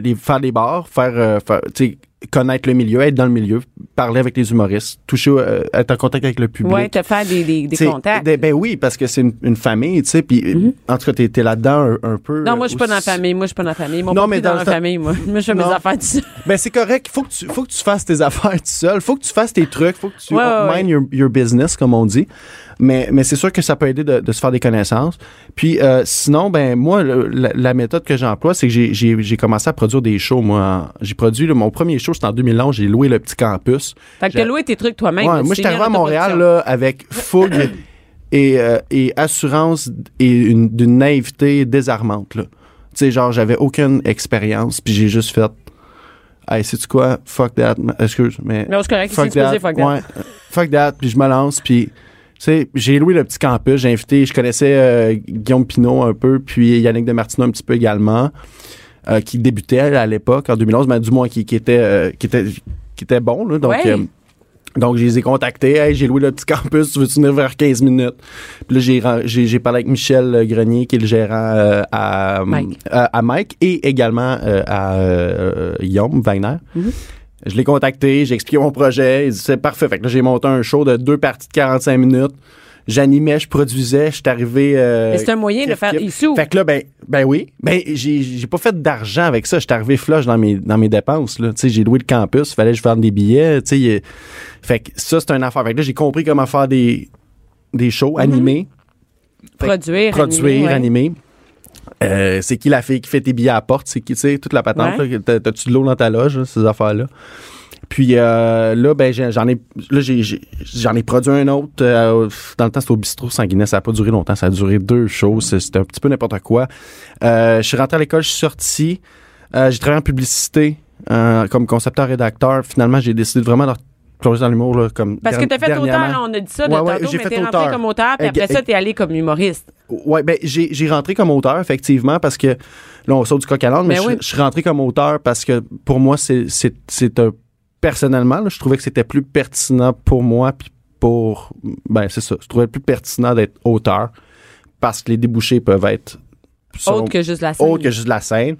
les, faire des bars, faire, euh, faire tu sais, connaître le milieu, être dans le milieu, parler avec les humoristes, toucher, euh, être en contact avec le public.
Ouais, te faire des, des, des
T'sais,
contacts. Mm-hmm.
des- ben oui, parce que c'est une, une famille, tu sais. Puis, euh, en tout cas, t'es, t'es là-dedans un, un peu.
non, moi, je suis pas dans la
aussi.
famille. Moi, je suis pas dans la famille. Mon
Non,
non,
mais
mais
dans
dans
le
la
sens-
famille, moi. Moi, je fais mes
Non.
affaires tout seul.
Ben, c'est correct. Faut que, tu, faut que tu fasses tes [LAUGHS] affaires tout seul. Faut que tu fasses tes trucs. Faut que tu
Ouais, ouais,
mind your, your business, comme on dit. Mais, mais c'est sûr que ça peut aider de, de se faire des connaissances. Puis, euh, sinon, ben, moi, le- la, la méthode que j'emploie, c'est que j'ai, j'ai, j'ai commencé à produire des shows, moi. en- J'ai produit, là, mon premier show, c'était en 2011. J'ai loué le petit campus.
Fait que
J'ai-
t'as loué tes trucs toi-même. hein,
Ouais,
tu
moi,
t'es
j'étais
mis
arrivé à
en
Montréal
autoproduction.
là, avec fougue et, euh, et assurance et une, d'une naïveté désarmante. là. Tu sais, genre, j'avais aucune expérience, puis j'ai juste fait. Hey, sais-tu quoi? Fuck that. Ma- Excuse, mais.
Mais c'est correct, c'est supposé, fuck that.
Ouais, euh, fuck that, puis je me lance, puis. tu sais, j'ai loué le petit campus, j'ai invité, je connaissais euh, Guillaume Pinot un peu, puis Yannick Demartino un petit peu également, euh, qui débutait à l'époque, en 2011, mais du moins qui, qui était, euh, qui, était, qui était bon. Là, donc,
Ouais.
euh, donc, je les ai contactés. Hey, j'ai loué le petit campus. Tu veux-tu venir vers 15 minutes? Puis là, j'ai ren- j'ai, j'ai parlé avec Michel euh, Grenier, qui est le gérant euh, à,
Mike.
à, à Mike et également euh, à euh, Guillaume Wagner. Je l'ai contacté, j'ai expliqué mon projet. Il dit, c'est parfait. Fait que là, j'ai monté un show de deux parties de 45 minutes. J'animais, je produisais, je suis arrivé. euh,
Mais c'est un moyen de faire des sous.
Fait que là, ben, ben oui. Ben, j'ai j'ai pas fait d'argent avec ça. Je suis arrivé flush dans mes, dans mes dépenses. là. Tu sais, j'ai loué le campus, fallait que je vende des billets. Tu sais, il- fait que ça, c'est un affaire. Fait que là, j'ai compris comment faire des, des shows
Mm-hmm.
animés
Produire.
produire,
animer, ouais.
animer. Euh, c'est qui la fille qui fait tes billets à la porte? C'est qui, tu sais, toute la patente?
Ouais.
là, que t'as- T'as-tu de l'eau dans ta loge, là, ces affaires-là? Puis euh, là, ben, j'ai- j'en ai, là, j'ai- j'ai- j'en ai produit un autre. euh, dans le temps, c'était au bistrot sanguinet. Ça n'a pas duré longtemps. Ça a duré deux choses. C'est- C'était un petit peu n'importe quoi. Euh, je suis rentré à l'école, je suis sorti. Euh, j'ai travaillé en publicité euh, comme concepteur-rédacteur. Finalement, j'ai décidé vraiment de plonger dans l'humour. là, Comme
Parce que
der-
t'as fait
dernièrement.
auteur, on a dit ça de
Ouais, ouais,
tantôt,
j'ai
mais
fait
t'es rentré
auteur.
comme auteur, puis
Et-
après ça,
et-
t'es allé comme humoriste.
Ouais, ben j'ai j'ai rentré comme auteur effectivement parce que là on saute du coq à l'âne, mais,
Ben
je,
oui.
je suis rentré comme auteur parce que pour moi c'est c'est c'est un personnellement là, je trouvais que c'était plus pertinent pour moi puis pour ben c'est ça, je trouvais plus pertinent d'être auteur parce que les débouchés peuvent être selon-
Autre que juste la scène.
autre que juste la scène.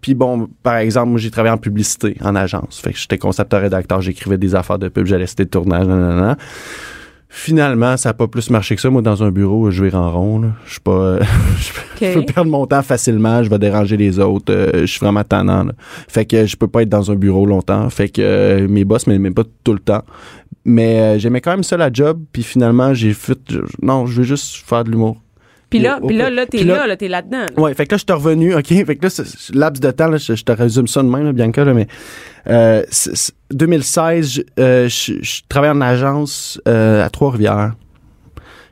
Puis bon, par exemple, moi j'ai travaillé en publicité, en agence. Fait que j'étais concepteur-rédacteur, j'écrivais des affaires de pub, j'allais citer de tournage, nanana. Finalement, ça n'a pas plus marché que ça. Moi, dans un bureau, je vais en rond. là. Je suis pas. [LAUGHS] euh, je peux- je peux
Ok.
perdre mon temps facilement, je vais déranger les autres. euh, je suis vraiment tannant. là. Fait que je peux pas être dans un bureau longtemps. Fait que euh, mes boss m'aimaient pas tout le temps. Mais euh, j'aimais quand même ça la job. Puis finalement, j'ai fait. je- non, je veux juste faire de l'humour.
Puis là,
Au- au-
puis là, là, t'es
puis là-
là, là, t'es là-dedans. là.
Ouais, fait que là, je suis revenu, OK? [LAUGHS] Fait que là, ce- ce laps de temps, là, je, je te résume ça de même, là, Bianca, là, mais euh, c'est- c'est- 2016, je, euh, je- je travaille en agence euh, à Trois-Rivières.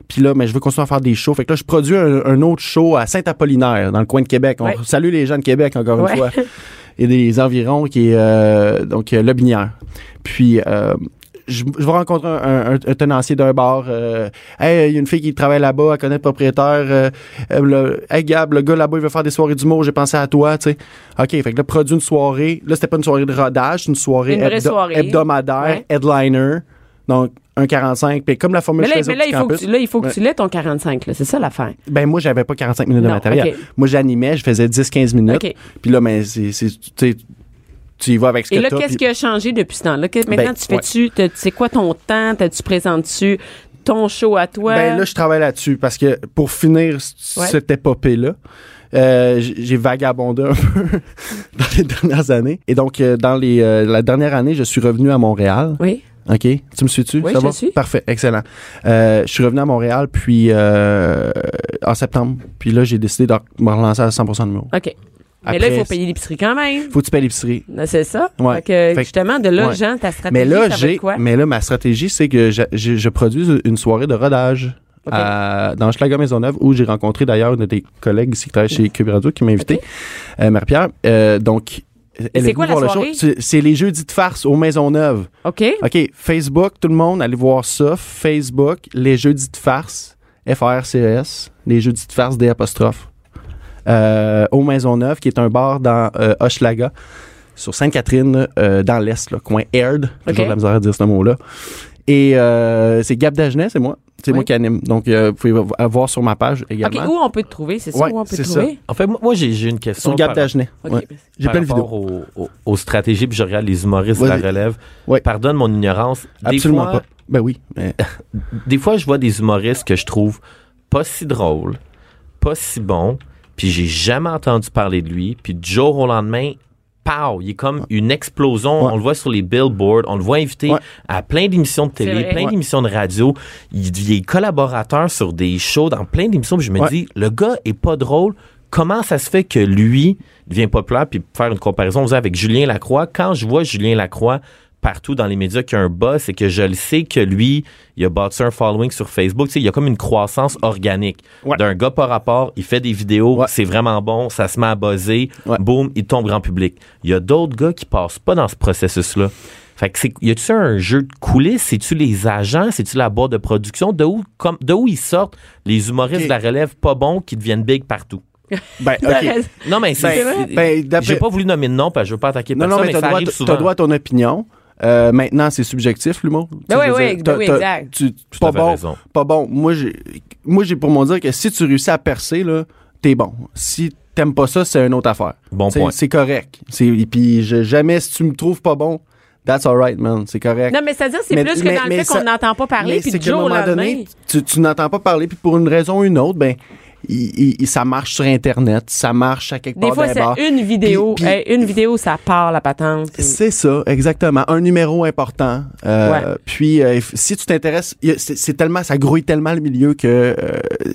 Puis là, mais je veux continuer à faire des shows. Fait que là, je produis un, un autre show à Saint-Apollinaire, dans le coin de Québec. On
Ouais.
salue les gens de Québec, encore
Ouais.
une
[LAUGHS]
fois. Et des environs, qui est euh, donc euh, Lobinière. Puis... euh, je, je vais rencontrer un, un- un tenancier d'un bar. euh, hey, il y a une fille qui travaille là-bas, elle connaît le propriétaire. euh, euh, le- hey Gab, le gars là-bas, il veut faire des soirées d'humour, j'ai pensé à toi, tu sais. OK, fait que là, produit une soirée. Là, c'était pas une soirée de rodage, une soirée,
Une vraie
hebdo-
soirée.
hebdomadaire,
Ouais.
headliner. Donc, 1,45. Puis comme la formule
Mais là,
je faisais
mais là,
au
il
petit
faut que
campus,
tu, là, il faut que
Ouais.
tu l'aies ton 45, là. C'est ça l'affaire.
ben moi, j'avais pas 45 minutes
Non,
de matériel.
ok.
Moi, j'animais, je faisais 10-15 minutes.
OK.
Puis là, mais c'est, c'est- tu sais, tu y vas avec ce
Et
que
là,
t'as,
qu'est-ce
puis-
qui a changé depuis ce temps-là? Que- Maintenant,
Ben,
tu fais-tu, t'as- tu sais quoi ton temps? T'as- Tu présentes-tu ton show à toi?
Ben là, je travaille là-dessus parce que pour finir c-
Ouais.
cette épopée-là, euh, j- j'ai vagabondé un [LAUGHS] peu dans les dernières années. Et donc, euh, dans les, euh, la dernière année, je suis revenu à Montréal.
Oui.
OK? Tu me suis-tu?
Oui,
Ça
je
va?
te suis.
Parfait, excellent. Euh, je suis revenu à Montréal puis euh, en septembre. Puis là, j'ai décidé de me relancer à 100 de l'humour.
OK. mais là, il faut payer l'épicerie quand même.
Faut que tu payes l'épicerie.
Là, Ben, C'est ça?
Ouais.
Fait que,
Fait que-
justement, de là,
ouais.
Jean, ta stratégie,
Mais là,
ça va
j'ai,
être quoi?
mais là, ma stratégie, c'est que je, je- je produis une soirée de rodage
Ok.
à- dans Schlager Maisonneuve, où j'ai rencontré d'ailleurs une de tes collègues ici qui travaille chez Cube Radio qui m'a invité, euh, Marie-Pierre. Euh, donc, elle
c'est
est
quoi
venue
la
voir le show.
soirée?
C'est- C'est les jeudis de farce aux Maisonneuve.
OK.
OK, Facebook, tout le monde, allez voir ça. Facebook, les jeudis de farce, F-A-R-C-E-S, E les jeudis de farce, des apostrophes. Euh, au Maisonneuve, qui est un bar dans euh, Hochelaga, sur Sainte-Catherine, euh, dans l'Est, là, coin Aird. Toujours
OK.
de la misère à dire ce mot-là. Et euh, c'est Gab Dagenet, c'est moi. C'est
Oui.
moi qui anime. Donc, euh, vous pouvez vo- voir sur ma page
OK,
également.
où on peut te trouver? C'est ça
Ouais,
où on peut te
c'est ça.
trouver?
En fait, moi, moi, j'ai j'ai une question.
Sur Gab
par-
Dagenet.
OK.
ouais. J'ai
par
plein de vidéos.
rapport Aux, aux- aux stratégies, puis je regarde les humoristes de la
Vas-y.
relève.
Ouais.
Pardonne mon ignorance. Des
Absolument
fois-
pas. Ben oui.
[LAUGHS]
mais-
Des fois, je vois des humoristes que je trouve pas si drôles, pas si bons, puis j'ai jamais entendu parler de lui, puis du jour au lendemain, pow, il est comme une explosion.
Ouais.
On le voit sur les billboards, on le voit invité
Ouais.
à plein d'émissions de
C'est
télé,
vrai.
plein
Ouais.
d'émissions de radio. Il, il est collaborateur sur des shows, dans plein d'émissions, puis je me
Ouais.
dis, le gars est pas drôle. Comment ça se fait que lui devient populaire? Puis pour faire une comparaison on faisait avec Julien Lacroix, quand je vois Julien Lacroix partout dans les médias qu'il y a un boss et que je le sais que lui, il a bâti un following sur Facebook, tu sais, il y a comme une croissance organique
Ouais.
d'un gars par rapport, il fait des vidéos,
Ouais.
c'est vraiment bon, ça se met à buzzer,
Ouais.
boum, il tombe grand public. Il y a d'autres gars qui passent pas dans ce processus-là. Fait que c'est, y a-tu un jeu de coulisses? C'est-tu les agents? C'est-tu la boîte de production? De où, comme, de où ils sortent les humoristes
Ok.
de la relève pas bons qui deviennent big partout?
Ben, OK.
Non, mais c'est.
Ben,
c'est-
ben, d'après-
j'ai pas voulu nommer de nom parce que je veux pas attaquer
Non, non,
personne,
mais,
mais,
t'as
ça
droit,
arrive
t'as-
souvent.
t'as droit à ton opinion. Euh, maintenant, c'est subjectif, l'humour. Tu sais,
oui,
je veux
oui,
dire,
ben
t'as-
oui,
t'as-
exact.
tu-
à
pas
fait
bon,
raison.
pas bon. Moi, j'ai, moi, j'ai pour mon dire que si tu réussis à percer, là, t'es bon. Si t'aimes pas ça, c'est une autre affaire.
Bon
Tu sais,
point.
C'est correct. C'est, et puis, je- jamais, si tu me trouves pas bon That's alright, man. C'est correct.
Non, mais c'est-à-dire, c'est
Mais-
plus que
mais-
dans le
mais
fait qu'on
ça-
n'entend pas parler,
mais
puis
c'est
du
qu'à un
jour au
moment
lendemain.
donné, tu, tu n'entends pas parler, puis pour une raison ou une autre, ben, il- il- il- ça marche sur Internet, ça marche à quelque
Des
part
fois,
d'un bar.
c'est une vidéo.
Ah, ben Puis- puis-
Hey, une vidéo, ça part la patente. puis-
C'est ça, exactement. Un numéro important. Euh,
Ouais.
Puis, euh, f- si tu t'intéresses, y a- c'est c'est tellement, ça grouille tellement le milieu que euh,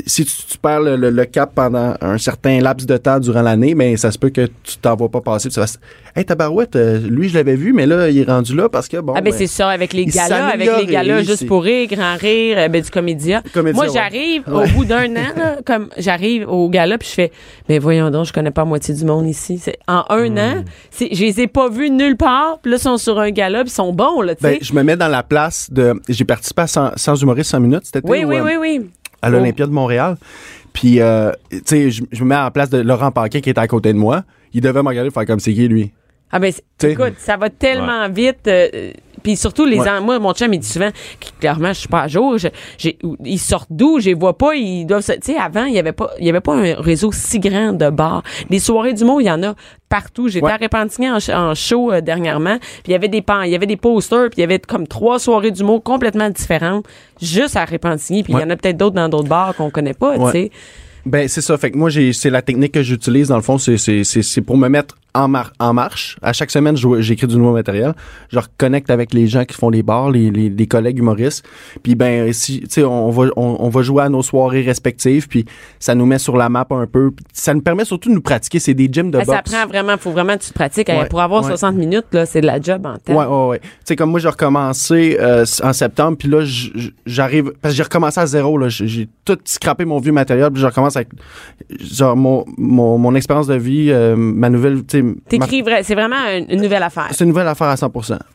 si tu, tu perds le, le- le cap pendant un certain laps de temps durant l'année, mais ça se peut que tu t'en vois pas passer. Puis tu vas, hey tabarouette, euh, lui je l'avais vu, mais là il est rendu là parce que bon.
ah ben
ben,
c'est ça avec les
il
galas, avec les
s'améliorait,
galas juste
c'est-
pour rire, grand rire, euh, ben du comédia.
Comédia,
Moi
ouais.
j'arrive
Ouais.
au bout d'un an
[LAUGHS]
là, comme j'arrive au gala puis je fais mais voyons donc je connais pas la moitié du monde ici. C'est en un
Hmm.
an, c'est je les ai pas vus nulle part, puis là ils sont sur un gala, puis ils sont bons là, tu sais.
ben, je me mets dans la place de. J'ai participé à 100, 100 humoristes 100 minutes, c'était euh,
oui, oui, Oh. oui, oui.
à l'Olympia de Montréal. Puis, euh, tu sais, je, je me mets en place de Laurent Paquin qui était à côté de moi. Il devait me regarder faire comme c'est qui lui.
Ah ben, c'est-
T'sais.
écoute, ça va tellement vite. euh, euh, puis surtout, les
Ouais.
en- moi, mon chum, il dit souvent, que clairement, je suis pas à jour. je- j'ai- ou- ils sortent d'où? Je les vois pas. Ils doivent se- Tu sais, avant, il y avait pas, il y avait pas un réseau si grand de bars. Des soirées du mot, il y en a partout. J'étais
Ouais.
à Repentigny en, ch- en show euh, dernièrement. Puis il y avait des pan, il y avait des posters. Puis il y avait comme trois soirées du mot complètement différentes. Juste à Repentigny. Puis il
Ouais.
y en a peut-être d'autres dans d'autres bars qu'on connaît pas,
Ouais.
tu sais.
Ben c'est ça. Fait que moi j'ai c'est la technique que j'utilise dans le fond c'est c'est c'est c'est pour me mettre en mar en marche. À chaque semaine je- j'écris du nouveau matériel. Je reconnecte avec les gens qui font les bars, les, les, les collègues humoristes. Puis ben si tu sais on va on, on va jouer à nos soirées respectives. Puis ça nous met sur la map un peu. Puis ça nous permet surtout de nous pratiquer. C'est des gyms de
Ben, ça
boxe.
prend vraiment, faut vraiment que tu te pratiques.
Ouais,
Pour avoir
ouais.
60 minutes, là, c'est de la job en tête.
Ouais, ouais, ouais. Tu sais, comme moi, j'ai recommencé euh, s- en septembre, puis là, j- j- j'arrive. Parce que j'ai recommencé à zéro, là. J'ai- J'ai tout scrappé mon vieux matériel, puis je recommence avec. Genre, mon, mon, mon expérience de vie, euh, ma nouvelle. tu sais, ma-
T'écris vrai, c'est vraiment une, une nouvelle affaire.
C'est une nouvelle affaire à 100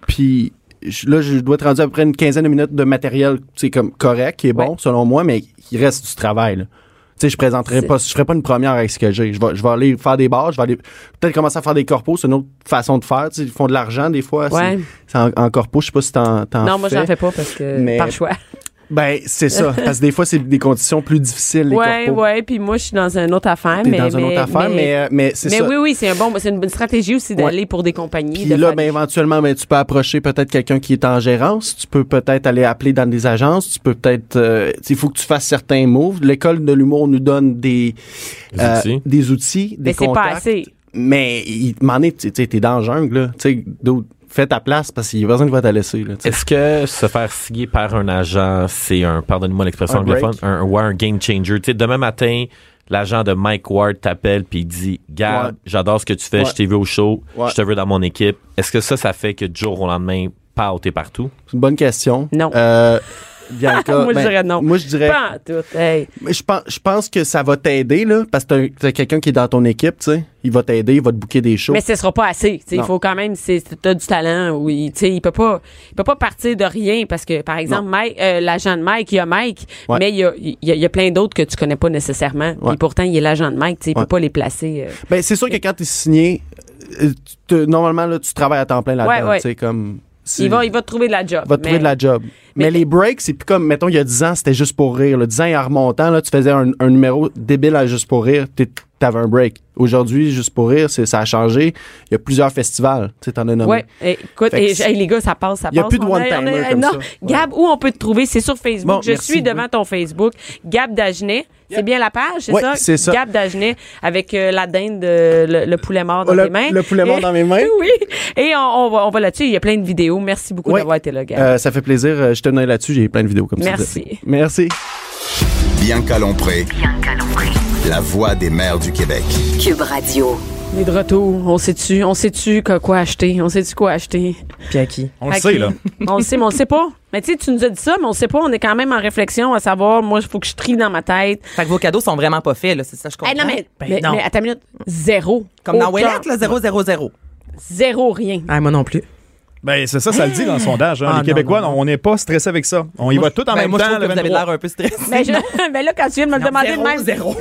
Puis je- là, je dois être rendu à peu près une quinzaine de minutes de matériel, tu sais, comme correct, qui est bon,
Ouais.
selon moi, mais il reste du travail, là. Tu sais, je présenterai
C'est-
pas, je ferai pas une première avec ce que j'ai. Je vais, je vais aller faire des bars, je vais aller peut-être commencer à faire des corpos, c'est une autre façon de faire. Tu sais, ils font de l'argent des fois. c'est-
Ouais.
c'est en, en corpo, je sais pas si t'en, t'en
Non, moi, j'en fais pas parce que
Mais-
par choix.
Ben, c'est ça. parce que des fois, c'est des conditions plus difficiles, les
Ouais,
corpos.
ouais. Puis moi, je suis dans une autre affaire.
T'es
mais,
dans une
mais-
autre affaire, mais, euh, mais c'est
mais
ça.
oui, oui, c'est un bon, c'est une bonne stratégie aussi d'aller pour des compagnies.
Puis
de
là,
faire
ben,
des-
éventuellement, ben, tu peux approcher peut-être quelqu'un qui est en gérance. Tu peux peut-être aller appeler dans des agences. Tu peux peut-être. euh, il faut que tu fasses certains moves. L'école de l'humour nous donne des, euh,
Des outils.
des outils, des
mais c'est pas
contacts.
assez.
Mais il m'en est, tu sais, t'es dans la jungle, là. Tu sais, d'où- fais ta place parce qu'il y a personne qui va te laisser, là. tu sais.
Est-ce que se faire signer par un agent, c'est un, pardonnez-moi l'expression
Un break.
anglophone, un, ouais, un game changer? Tu sais, demain matin, l'agent de Mike Ward t'appelle puis il dit Gab,
Ouais.
j'adore ce que tu fais,
Ouais.
je t'ai vu au show,
Ouais.
je te veux dans mon équipe. Est-ce que ça, ça fait que du jour au lendemain, pow, t'es partout?
C'est une bonne question.
Non. [LAUGHS]
Euh, Bianca,
Moi, je
ben,
dirais non.
Moi, je dirais. Oh.
Pas en tout. Hey.
Mais je pense, je pense que ça va t'aider, là, parce que t'as- t'as quelqu'un qui est dans ton équipe, tu sais. Il va t'aider, il va te booker des shows.
Mais ce sera pas assez. Tu sais, Il
Non.
faut quand même, c'est t'as du talent. Ou il, tu sais, il peut pas, il peut pas partir de rien parce que par exemple, Mike, euh, l'agent de Mike, il y a Mike,
Ouais.
mais il y a, il y a- il y a plein d'autres que tu connais pas nécessairement.
Ouais.
Et pourtant, il est l'agent de Mike. Tu sais, il
Ouais.
peut pas les placer. euh,
Ben, c'est sûr que quand t'es signé, euh, tu te- normalement, là, tu travailles à temps plein là-dedans,
Ouais, ouais.
tu sais, comme... c'est-
Il va, il va te trouver de la job.
va te trouver
mais-
de la job. Mais,
mais-
les breaks, c'est plus comme, mettons, il y a 10 ans, c'était juste pour rire. Là. 10 ans, et en remontant, là, tu faisais un, un numéro débile à juste pour rire, t'es- t'avais un break. Aujourd'hui, juste pour rire, c'est- ça a changé. Il y a plusieurs festivals, tu sais, t'en as nommé.
Ouais, eh, écoute,
Fait que
eh,
c'est-
hey, les gars, ça passe, ça passe.
Y a plus de
On
one-timer
on eh,
comme
non.
ça.
Gab, où on peut te trouver? C'est sur Facebook.
Bon,
je
merci,
suis
oui.
devant ton Facebook. Gab Dagenet. C'est bien la page, c'est
Ouais,
ça?
c'est ça.
Gab Dagenet avec euh, la dinde, euh, le, le poulet mort dans
Oh, le-
tes mains.
le poulet mort
Et-
dans mes mains.
[LAUGHS] oui. Et on, on va, on va là-dessus. Il y a plein de vidéos. Merci beaucoup
Ouais.
d'avoir été là, Gab.
Euh, ça fait plaisir. Euh, Je te donne là-dessus, j'ai plein de vidéos comme ça.
Merci.
Merci.
Bianca Lompré,
Bianca Lompré.
la voix des mères du Québec.
Cube Radio.
On est de retour. On sait-tu, on sait-tu que- quoi acheter? On sait-tu quoi acheter?
Puis à qui?
On le
Fait
sait,
que-
là.
[LAUGHS] On le sait, mais on le sait pas. Mais tu sais, tu nous as dit ça, mais on le sait pas. On est quand même en réflexion à savoir, moi, il faut que je trie dans ma tête.
Fait que vos cadeaux sont vraiment pas faits, là, c'est ça, je comprends.
Hey, Eh, non, mais,
Ben
mais,
non.
mais à ta minute, zéro.
Comme dans
Aucun.
Wallet, là, 0, 0, 0.
Zéro, rien.
Ah, moi non plus.
Ben, c'est ça, ça le dit dans le sondage. hein.
Ah,
les
non,
Québécois,
non, non.
on n'est pas stressés avec ça. On y va tout en
Ben,
même
moi,
temps.
je trouve
le
que vous avez
23.
l'air un peu stressé.
Mais, Ben,
[LAUGHS]
[LAUGHS] je- mais là, quand tu viens de me le demander de même,
0.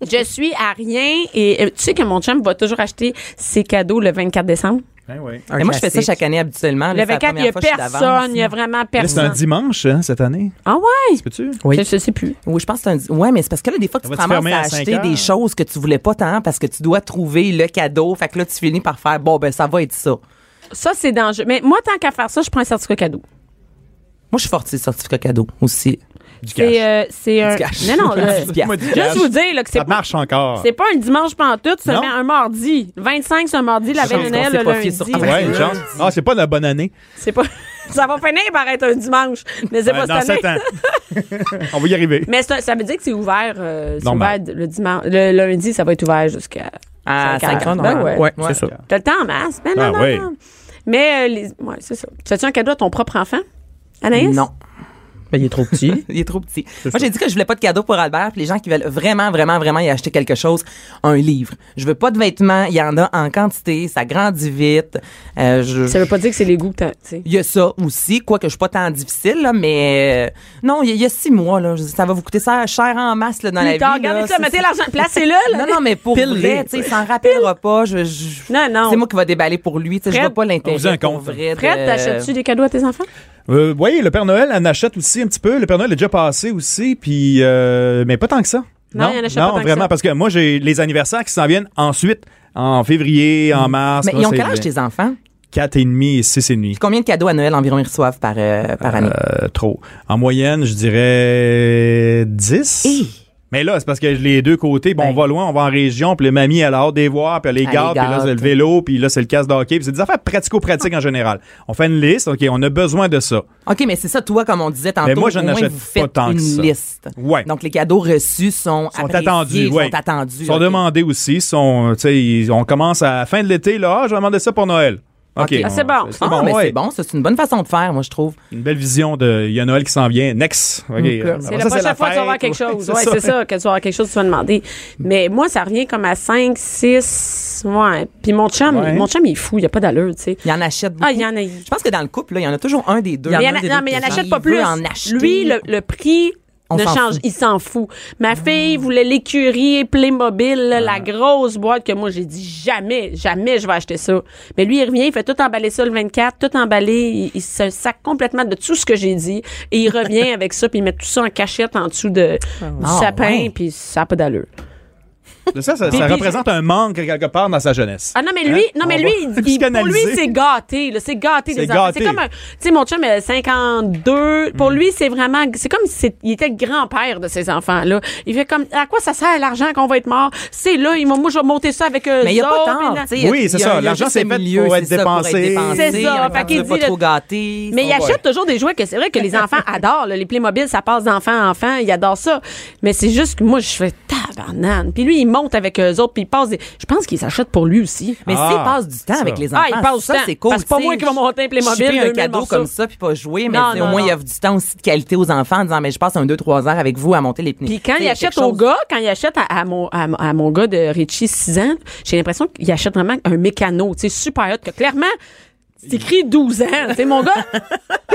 je suis à rien. Et euh, tu sais que mon chum va toujours acheter ses cadeaux le 24 décembre.
Ben oui.
Mais moi, je fais ça chaque année habituellement.
Le 24, il n'y a personne. Il n'y a vraiment
Là, C'est un
personne.
dimanche, hein, cette année.
Ah ouais?
Peux-tu?
Oui.
Je, je sais plus.
Oui, je pense que c'est un. di- Ouais, mais c'est parce que là, des fois, que
Ça
tu te
va te
ramasses
fermer
à
à cinq
acheter
heures.
des choses que tu voulais pas tant parce que tu dois trouver le cadeau. Fait que là, tu finis par faire bon, ben, ça va être ça.
Ça, c'est dangereux. Mais moi, tant qu'à faire ça, je prends un certificat cadeau.
Moi, je suis forte, c'est le certificat cadeau aussi.
Du
C'est
cash.
euh, c'est un.
Du cash. [LAUGHS]
Non, non, là,
Du cash.
Moi, du
juste
cash.
vous dire là, que c'est
Ça
pas,
marche encore.
c'est pas un dimanche pantoute, c'est
Ah. Non.
un mardi. Le 25, c'est un mardi, la
Je pense
veille de Noël,
qu'on s'est
le
pas fié sur-
lundi.
Ah
Ouais, une chance. Ah, c'est pas de la bonne année.
C'est pas. [LAUGHS] Ça va finir par être un dimanche, mais c'est
Euh,
pas
dans
cette année.
sept ans. [LAUGHS] On va y arriver.
Mais c'est un- ça veut dire que c'est ouvert, euh, c'est ouvert
Normal.
le dimanche. Le lundi, ça va être ouvert jusqu'à.
À
Cinq
5 Ah, ans,
ans.
normalement.
Ben ouais.
Ouais,
c'est ça.
T'as le temps en masse, mais non,
Ah,
non,
oui.
non. Mais euh, les- ouais, c'est ça. Tu as-tu un cadeau à ton propre enfant, Anaïs?
Non. il est trop petit. [LAUGHS] il est trop petit. Moi, j'ai dit que je voulais pas de cadeau pour Albert. puis les gens qui veulent vraiment, vraiment, vraiment y acheter quelque chose, un livre. Je veux pas de vêtements. Il y en a en quantité. Ça grandit vite. Euh, je-
Ça veut pas dire que c'est les goûts que t'as. tu sais.
Il y a ça aussi, quoique je suis pas tant difficile, là, mais euh, non, il y, a- il y a six mois, là, je- ça va vous coûter ça cher en masse là, dans
Plus
la
tard,
vie. là,
regardez ça,
c'est-
mettez l'argent, placez-le. là.
Non, non, mais pour
Pile
vrai,
rire.
tu sais, il s'en rappellera pas. Je, je-
Non, non.
C'est moi qui va déballer pour lui. tu sais, Je
Fred,
vois pas l'intérêt.
faisait un
pour
compte.
vrai de-
Fred, t'achètes-tu des cadeaux à tes enfants?
Euh, voyez, le Père Noël en achète aussi un petit peu. Le Père Noël est déjà passé aussi, puis euh, mais pas tant que ça.
Non, il en achète pas
non,
tant que
vraiment,
ça.
parce que moi, j'ai les anniversaires qui s'en viennent ensuite, en février, en mars.
Mais ils ont quel âge
tes
tes enfants?
4 et demi et 6 et demi.
Puis combien de cadeaux à Noël environ ils reçoivent par, euh, par année?
Euh, trop. En moyenne, je dirais 10. Mais là, c'est parce que les deux côtés, bon,
Ben.
on va loin, on va en région, puis le mamie, elle a hâte des voir, puis elle les
Elle
garde,
les
puis là, c'est le
gâte.
vélo, puis là, c'est le casse d'hockey, puis c'est des affaires pratico-pratiques en général. On fait une liste, OK, on a besoin de ça.
OK, mais c'est ça, toi, comme on disait tantôt,
Mais moi, je
au moins,
n'achète
vous
pas
faites
tant que
une
ça.
liste.
Ouais.
Donc, les cadeaux reçus sont,
sont
appréciés,
attendus, ouais.
sont attendus.
Sont
OK.
demandés aussi. Sont, tu sais, ils- on commence à la fin de l'été. Là, ah, je vais demander ça pour Noël. OK.
OK. Ah,
c'est bon.
Ah, mais
ouais.
c'est bon, ça, c'est une bonne façon de faire, moi, je trouve.
Une belle vision de. Il y a Noël qui s'en vient. Next. OK. Après
C'est
ça,
la prochaine
la
fois que tu vas avoir
fête.
quelque
Ouais,
chose. Ouais, c'est ça. que tu vas avoir quelque chose, tu vas demander. Mais moi, ça revient comme à 5, 6. Ouais. Puis mon chum,
Ouais.
mon chum, il est fou. Il n'y a pas d'allure, tu sais.
Il en achète beaucoup.
Ah, il y en a.
Je pense que dans le couple, là, il y en a toujours un des deux.
Mais il y en
un
a-
des
non,
deux
mais il
qui
n'en
veut-
achète pas
il veut
plus.
en acheter.
Lui, le, le prix
On
ne
s'en
change.
fout.
Il s'en fout. Ma fille voulait l'écurie Playmobil, là,
Ah.
la grosse boîte que moi, j'ai dit jamais, jamais je vais acheter ça. Mais lui, il revient, il fait tout emballer ça le 24, tout emballer. Il, il se sac complètement de tout ce que j'ai dit. Et il
[LAUGHS]
revient avec ça, puis il met tout ça en cachette en dessous de, du
Ah,
sapin,
ouais.
puis ça n'a pas d'allure.
Ça, ça, ça
Puis- puis-
représente un manque quelque part dans sa jeunesse.
Ah non, mais lui, non, mais
Hein? On
lui,
va
il- il- pour lui,
psychanalyser.
c'est gâté, là. C'est gâté des
C'est
enfants.
gâté. Mm.
C'est comme un, tu sais, mon chum, il a 52. Pour lui, c'est vraiment, c'est comme s'il était le grand-père de ces enfants-là. Il fait comme, à quoi ça sert l'argent qu'on va être mort? C'est là, ils m'ont- moi, je vais monter ça avec eux.
Mais il n'y a pas
autres,
tard.
puis là-
tu sais, il y a-
Oui, c'est
il y a-
ça.
il y a
L'argent,
juste
c'est
un
fait
milieu,
pour
c'est
être
ça, pour
dépensé.
dépensé.
C'est ça.
Il y en a
Fait
qui
qu'il
veulent pas
dit le-
trop gâter.
Mais il
Ah ouais.
achète toujours des jouets que c'est vrai que les
[LAUGHS]
enfants adorent. là. Les Playmobil, ça passe d'enfant en enfant. Ils adorent ça. Mais c'est juste que moi, je fais tabarnane. Puis lui, il monte avec euh, eux autres, puis il passe des... Je pense qu'il s'achète pour lui aussi.
Mais
Ah,
s'il passe du temps avec les enfants,
Ah, il passe du
ça,
temps.
c'est cool.
Parce que c'est pas
tu sais.
moi qui vais monter un Playmobil,
Je fais un
2000
cadeau
morceaux.
comme ça, puis pas jouer, mais
Non,
tu sais, au
non,
moins,
non.
il y a du temps aussi de qualité aux enfants en disant, mais je passe un 2-3 heures avec vous à monter les pneus.
Puis quand
Tu sais,
il achète
quelque
au
chose-
gars, quand il achète à, à mon, à, à mon gars de Richie 6 ans, j'ai l'impression qu'il achète vraiment un mécano, tu sais, super hot, que clairement, c'est écrit 12 ans. Tu sais, mon
[LAUGHS]
gars, là,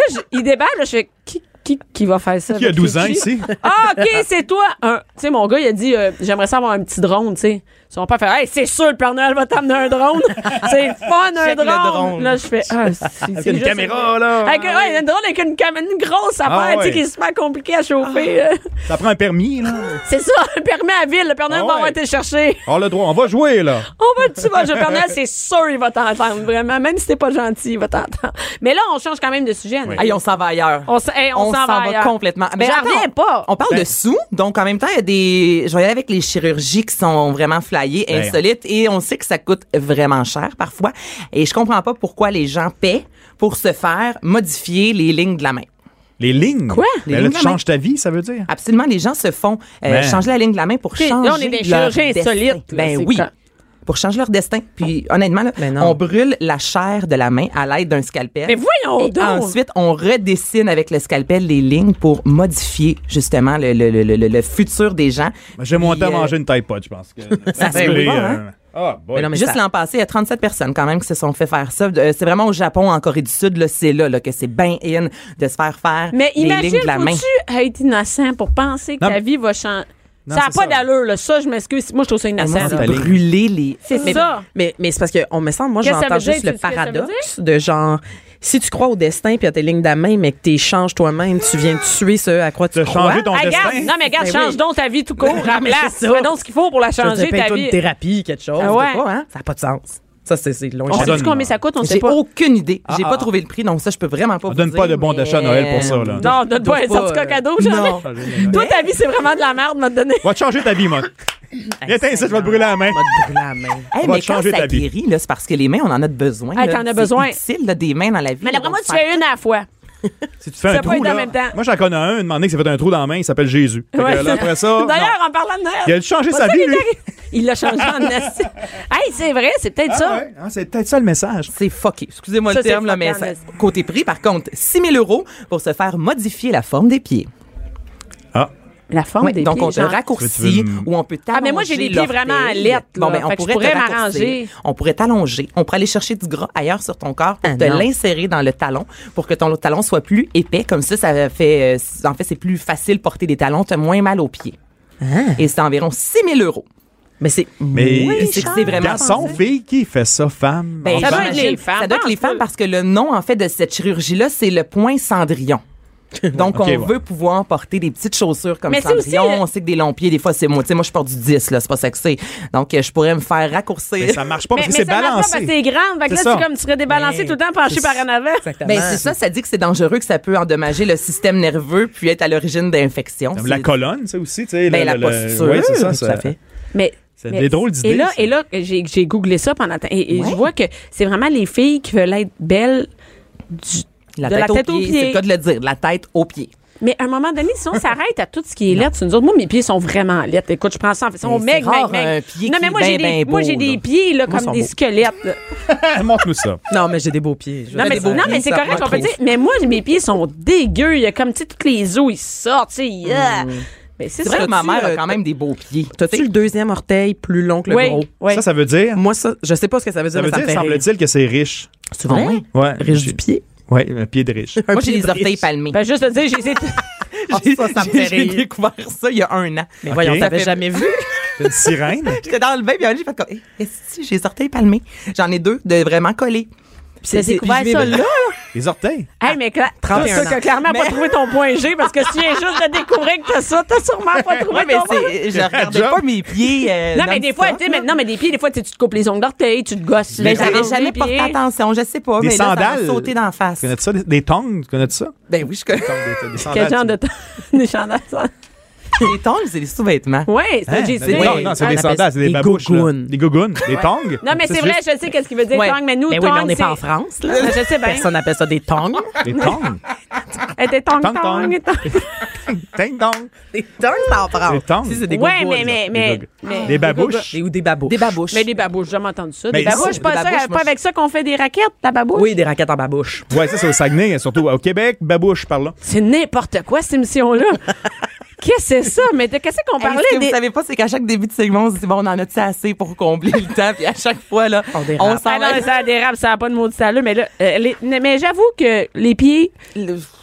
je- il déballe, là, je fais, qui, qui, qui va faire ça?
Qui a
avec
12 ans
Richie?
ici?
Ah, OK, c'est toi. Un- Tu sais, mon gars, il a dit, euh, j'aimerais ça avoir un petit drone, tu sais. Son père fait, hey, c'est sûr, le Père Noël va t'amener un
[LAUGHS]
drone. c'est le fun, un
Check le
drone.
drone.
Là, je fais, ah, c'est
Avec une caméra, là.
Avec, un- ouais, un drone avec une, cam- une grosse affaire, tu
Ah,
sais,
ouais. Ah.
qui est super compliquée à chauffer. là.
Ça prend un permis, là.
C'est ça, [LAUGHS] un permis à ville. Le Père Noël
Ah
va avoir
ouais.
été chercher.
On a Ah, le droit. On va jouer, là.
[LAUGHS] On va, tu vas, le Père Noël, c'est sûr, il va t'entendre, vraiment. Même si t'es pas gentil, il va t'entendre. Mais là, on change quand même de sujet. Anne.
Hey, on s'en va ailleurs.
On, s- hey, on
On
s'en va, ailleurs.
complètement. Mais
J'en
attends,
reviens pas. Ben
On parle de sous, donc en même temps, il y a des. Je vais y aller avec les chirurgies qui sont vraiment flyées,
Ben.
insolites, et on sait que ça coûte vraiment cher parfois. Et je comprends pas pourquoi les gens paient pour se faire modifier les lignes de la main.
Les lignes. Quoi?
Les
là,
lignes
tu
de la main.
changes ta vie, ça veut dire?
Absolument, les gens se font euh,
Ben.
changer la ligne de la main pour
Puis
changer
là, on est des
leur
chirurgiens
destin.
insolites, là,
Ben
c'est Ah.
oui.
quand-
Pour changer leur destin. Puis honnêtement, là,
Ben non.
on brûle la chair de la main à l'aide d'un scalpel.
Mais voyons
Et
donc.
Ensuite, on redessine avec le scalpel les lignes pour modifier justement le, le- le- le- le futur des gens.
J'ai mon
Puis,
temps à
euh,
manger une taille pod, je pense. que-
Ça se peut
Les,
pas,
euh,
hein?
Ah, boy.
Mais non, mais
Juste
ça-
l'an passé, il y a 37 personnes quand même qui se sont fait faire ça. Euh, C'est vraiment au Japon, en Corée du Sud, là, c'est là, là, que c'est bien in de se faire faire
Mais
les
imagine,
lignes de la main.
faut-tu être innocent pour penser que
Non,
ta
mais-
vie va changer?
Non,
ça n'a
c'est
pas
ça.
d'allure, là. Ça, je m'excuse. Moi, je trouve ça
Moi,
innocent.
c'est
là.
ligne.
brûler les...
C'est
Mais,
ça.
mais, mais c'est parce que, on me semble, moi,
Qu'est-ce que ça
j'entends
veut dire?
juste le
Tu sais ce que ça veut
paradoxe de genre, si tu crois au destin puis à tes lignes de la main, mais que tu changes toi-même, tu viens tuer ce à quoi
Tu
tu
as
crois.
changé ton
Ah, regarde,
destin.
non, mais regarde,
Ben
change
oui.
donc ta vie tout
[LAUGHS]
court,
mais
remplace.
c'est ça.
Fais donc ce qu'il faut pour la
Je veux
changer,
dire,
ta
paye-toi
vie.
une thérapie, quelque chose.
Ah
je sais
ouais.
pas, hein? Ça n'a pas de sens. Ça, c'est c'est long.
On
On
sait
donne-
combien ça coûte, on sait
J'ai
pas.
aucune idée. J'ai
Ah,
pas
ah.
trouvé le prix, donc ça, je peux vraiment pas
On
vous
donne pas
dire,
de bon d'achat à
mais-
Noël pour ça, là.
Non, donne-toi un
Doute pas,
certificat
euh,
cadeau,
[LAUGHS] Non.
Toi, ta vie, c'est vraiment de la merde, m'a donné.
Va te changer ta vie, moi. Viens, tiens, ça, je vais te brûler la
Je
main.
vais te brûler la main.
Hey,
[LAUGHS] va
mais
te
quand
changer
ça
ta vie.
guérit, là, c'est parce que les mains, on en a de besoin.
Ah,
là.
t'en as besoin.
C'est utile, là, des mains dans la vie.
Mais d'après
Donc,
moi, tu
faire-
fais une à la fois.
Tu te fais un
peut
trou,
être en
là.
même temps.
Moi, j'en connais un, une demandé qui s'est fait un trou dans la main, il s'appelle Jésus. Fait que,
Ouais.
Euh, là, après ça,
[LAUGHS] D'ailleurs,
non.
en parlant de Noël.
il a changé
Pas
sa
ça
vie,
qu'il
lui.
t'a- Il l'a changé
[LAUGHS]
en esti. Hey, c'est vrai, c'est peut-être
Ah,
ça.
ouais. Ah, c'est peut-être ça le message.
C'est fucké. Excusez-moi
Ça,
le
c'est
terme, là,
fucké,
mais ça-
Ernest.
côté prix, par contre, 6 000 euros pour se faire modifier la forme des pieds.
Ah,
La forme
Ouais,
des
donc,
pieds,
on te
genre.
Tu
raccourcit
veux- tu veux-
ou on peut t'allonger.
Ah, mais moi, j'ai des pieds
l'orteil.
vraiment lettres, là.
Bon, ben, on
Fait que je
pourrait
pourrais
te raccourcir.
m'arranger.
On pourrait t'allonger. On pourrait aller chercher du gras ailleurs sur ton corps pour
Ah,
te
non.
l'insérer dans le talon pour que ton autre talon soit plus épais. Comme ça, ça fait. euh, En fait, c'est plus facile de porter des talons. T'as moins mal aux pieds.
Ah.
Et c'est environ 6 000 euros.
Mais c'est.
Mais
Oui, c'est que c'est vraiment
garçon,
pensé.
fille, qui fait ça, femme?
Ben,
enfant?
ça doit
j'imagine-
être les femmes.
Ça
hein,
doit être les
Pense-le.
femmes parce que le nom, en fait, de cette chirurgie-là, c'est le
[LAUGHS]
point Cendrillon. Donc, on
Ok, ouais.
veut pouvoir porter des petites chaussures comme
Mais c'est aussi euh,
Cendrillon.
le-
On sait que des longs pieds, des fois, c'est moi. Tu sais, moi, je porte du 10, là. C'est pas sexy. Donc, euh, je pourrais me faire raccourcir. [LAUGHS]
Mais ça marche pas
Mais,
parce que
mais
c'est
ça marche pas parce que
balancé.
t'es grande. Fait que là,
C'est ça.
c'est comme tu serais débalancé
Mais-
tout le temps, penché par en avant.
Exactement.
Ben, c'est ça, ça dit que c'est dangereux, que ça peut endommager le système nerveux puis être à l'origine d'infections.
La
C'est-
colonne, ça aussi, tu sais.
Ben,
le-
la
le-
posture.
Oui, c'est ça,
tout
ça.
à fait.
Mais.
C'est
mais-
des drôles d'idées,
Et là,
ça.
et là j'ai j'ai googlé ça pendant. temps. Et, et
Ouais.
je vois que c'est vraiment les filles qui veulent être belles. du-
La
De
tête,
la tête aux
aux pieds.
pieds.
C'est le cas de le dire. La tête aux pieds.
Mais à un moment donné, si on s'arrête à tout ce qui est lettre, sur nous autres, moi, mes pieds sont vraiment lettres. Écoute, je prends ça en fait. Ils sont
Mais c'est
maigres, maigres,
rare, un
maigres.
pied
Non,
qui
mais
est
moi,
ben,
j'ai des,
ben
moi,
beau,
j'ai des
là.
pieds là,
Moi,
comme
ils
des
sont beaux.
squelettes. là.
Montre-nous ça.
Non, mais j'ai des beaux pieds. Je
Non,
vais
mais,
te dire.
non, mais c'est
ça
correct,
prend
on peut
trop.
dire. Mais moi, mes pieds sont dégueux. Il y a comme, tu sais, toutes les os, ils sortent, tu sais. yeah. Mais
Hmm. C'est vrai que ma mère a
euh,
quand même des beaux pieds.
T'as-tu le deuxième orteil plus long que le
Oui,
gros?
oui.
Ça, ça veut dire.
Moi, ça, je sais pas ce que ça veut dire,
Ça
mais
veut dire,
ça me fait rire. Hein?
semble-t-il, que c'est riche.
C'est vrai?
Ouais.
Riche du pied.
Oui, un pied de riche.
Un
Moi, j'ai
pied
des orteils
riche.
palmés.
Ben, juste te dire, j'ai essayé.
[LAUGHS]
Ah,
J'ai-
ça, ça me fait
J'ai
rire.
découvert ça il y a un an.
Mais voyons,
Ok.
t'avais jamais vu?
C'est une sirène.
J'étais dans le bain, puis un jour, j'ai fait comme, Hey, est-ce que j'ai les orteils palmés. J'en ai deux de vraiment collés.
T'as découvert
puis je
ça
vais-
là?
Les orteils.
Hey, mais cla-
31
t'as- t'as
ans.
clairement pas trouvé ton point G parce que si tu viens juste de découvrir que t'as ça, t'as sûrement pas trouvé
Ouais, mais
ton point
c'est, je regardais pas mes pieds. euh,
Non,
dans
mais
le
des fois,
stock,
tu sais,
là.
mais- non, mais des pieds, des fois, tu sais, tu te coupes les ongles d'orteil, tu te gosses.
Mais
les
j'avais
arranges
jamais
les
porté
pieds.
attention, je sais pas.
Des
mais là, ça
sandales.
m'a sauté d'en face.
Tu connais ça? Des, des tongs, tu connais ça?
Ben oui, je connais. [LAUGHS]
Quel genre de temps? [LAUGHS] Des chandails, ça?
les tongs, c'est les sous-vêtements.
Ouais, c'est j'ai
Des
dit.
oui.
tongs, non, c'est
Ah,
des
on appelle
sandales,
ça
c'est des
des
babouches. là.
gougounes.
Des gougounes. Des tongs.
Non, mais c'est vrai, je sais qu'est-ce qu'il veut dire,
Ouais.
tongue, mais nous,
Ben oui,
tongue,
mais on n'est pas en
c'est- Ben,
France, là.
Je sais bien.
Personne n'appelle ça des tongs.
Des tongs.
Elle était tongue,
Tongue,
tongue,
tongue.
tongue.
[LAUGHS] Ting dong.
des tongs, ça en prend.
Des tongs.
Si, c'est des
Ouais,
gougounes, là.
mais, mais,
Des
mais,
gogo-
mais.
Des babouches.
Des- Ou des babouches.
Des babouches.
Mais des babouches, j'ai jamais entendu ça. Des
Mais
babouches,
c'est-
pas
des
ça,
babouches,
pas
moi,
avec ça qu'on fait des raquettes, la babouche.
Oui, des raquettes en babouche.
Ouais, ça, c'est au Saguenay, surtout au Québec. Babouche, par là.
C'est n'importe quoi, cette émission-là. Qu'est-ce que c'est ça? Mais de qu'est-ce qu'on
Hey,
parlait
ce que
des.
vous savez pas, c'est qu'à chaque début de segment, on se dit, bon, on en a-tu assez pour combler le temps? Puis à chaque fois, là,
On dérape.
on
Ah
s'en
non,
va.
mais ça dérape, ça n'a pas de maudit salut, mais là, euh, les- mais mais j'avoue que les pieds.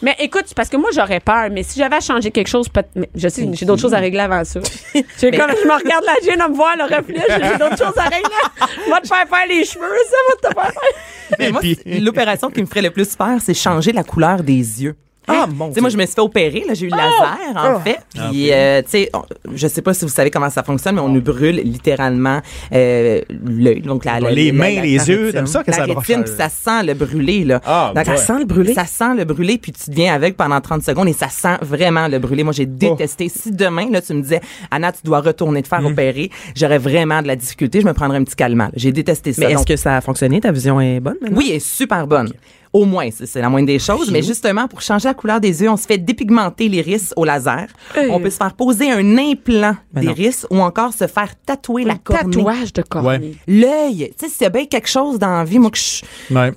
Mais écoute, c'est parce que moi, j'aurais peur, mais si j'avais à changer quelque chose, peut- mais je sais, j'ai d'autres choses à régler avant
[LAUGHS]
ça. J'ai comme, je me regarde la gêne à me voir le reflet, j'ai d'autres choses à régler.
[LAUGHS]
Va te faire faire les cheveux, ça va te faire faire.
Mais moi, c'est- l'opération qui me ferait le plus peur, c'est changer la couleur des yeux.
Ah,
Hein?
mon
Tu sais,
Dieu.
moi, je me suis fait opérer, là, j'ai eu le laser, en fait. Puis, euh, tu sais, on- je sais pas si vous savez comment ça fonctionne, mais on nous brûle littéralement euh, l'œil. Donc, la, la-
Les
la-
mains,
la
les yeux,
rétine.
t'aimes ça que
La
ça broche
rétine,
l'œil?
puis ça sent le brûlé, là.
Ah,
Donc,
ouais.
Ça sent le brûlé? Ça sent le brûlé, puis tu viens avec pendant 30 secondes et ça sent vraiment le brûlé. Moi, j'ai détesté. Si demain, là, tu me disais, Anna, tu dois retourner te faire opérer, j'aurais vraiment de la difficulté, je me prendrais un petit calmant. là. J'ai détesté ça.
Mais est-ce
Donc,
que ça a fonctionné? Ta vision est bonne maintenant?
oui, elle est super bonne. Au moins, c'est c'est la moindre des choses. Mais justement, pour changer la couleur des yeux, on se fait dépigmenter l'iris au laser. On peut se faire poser un implant
Ben non.
d'iris ou encore se faire tatouer la cornée.
tatouage de cornée.
Ouais.
L'œil. Tu sais, c'est bien quelque chose dans la vie, moi, que je,
Ouais.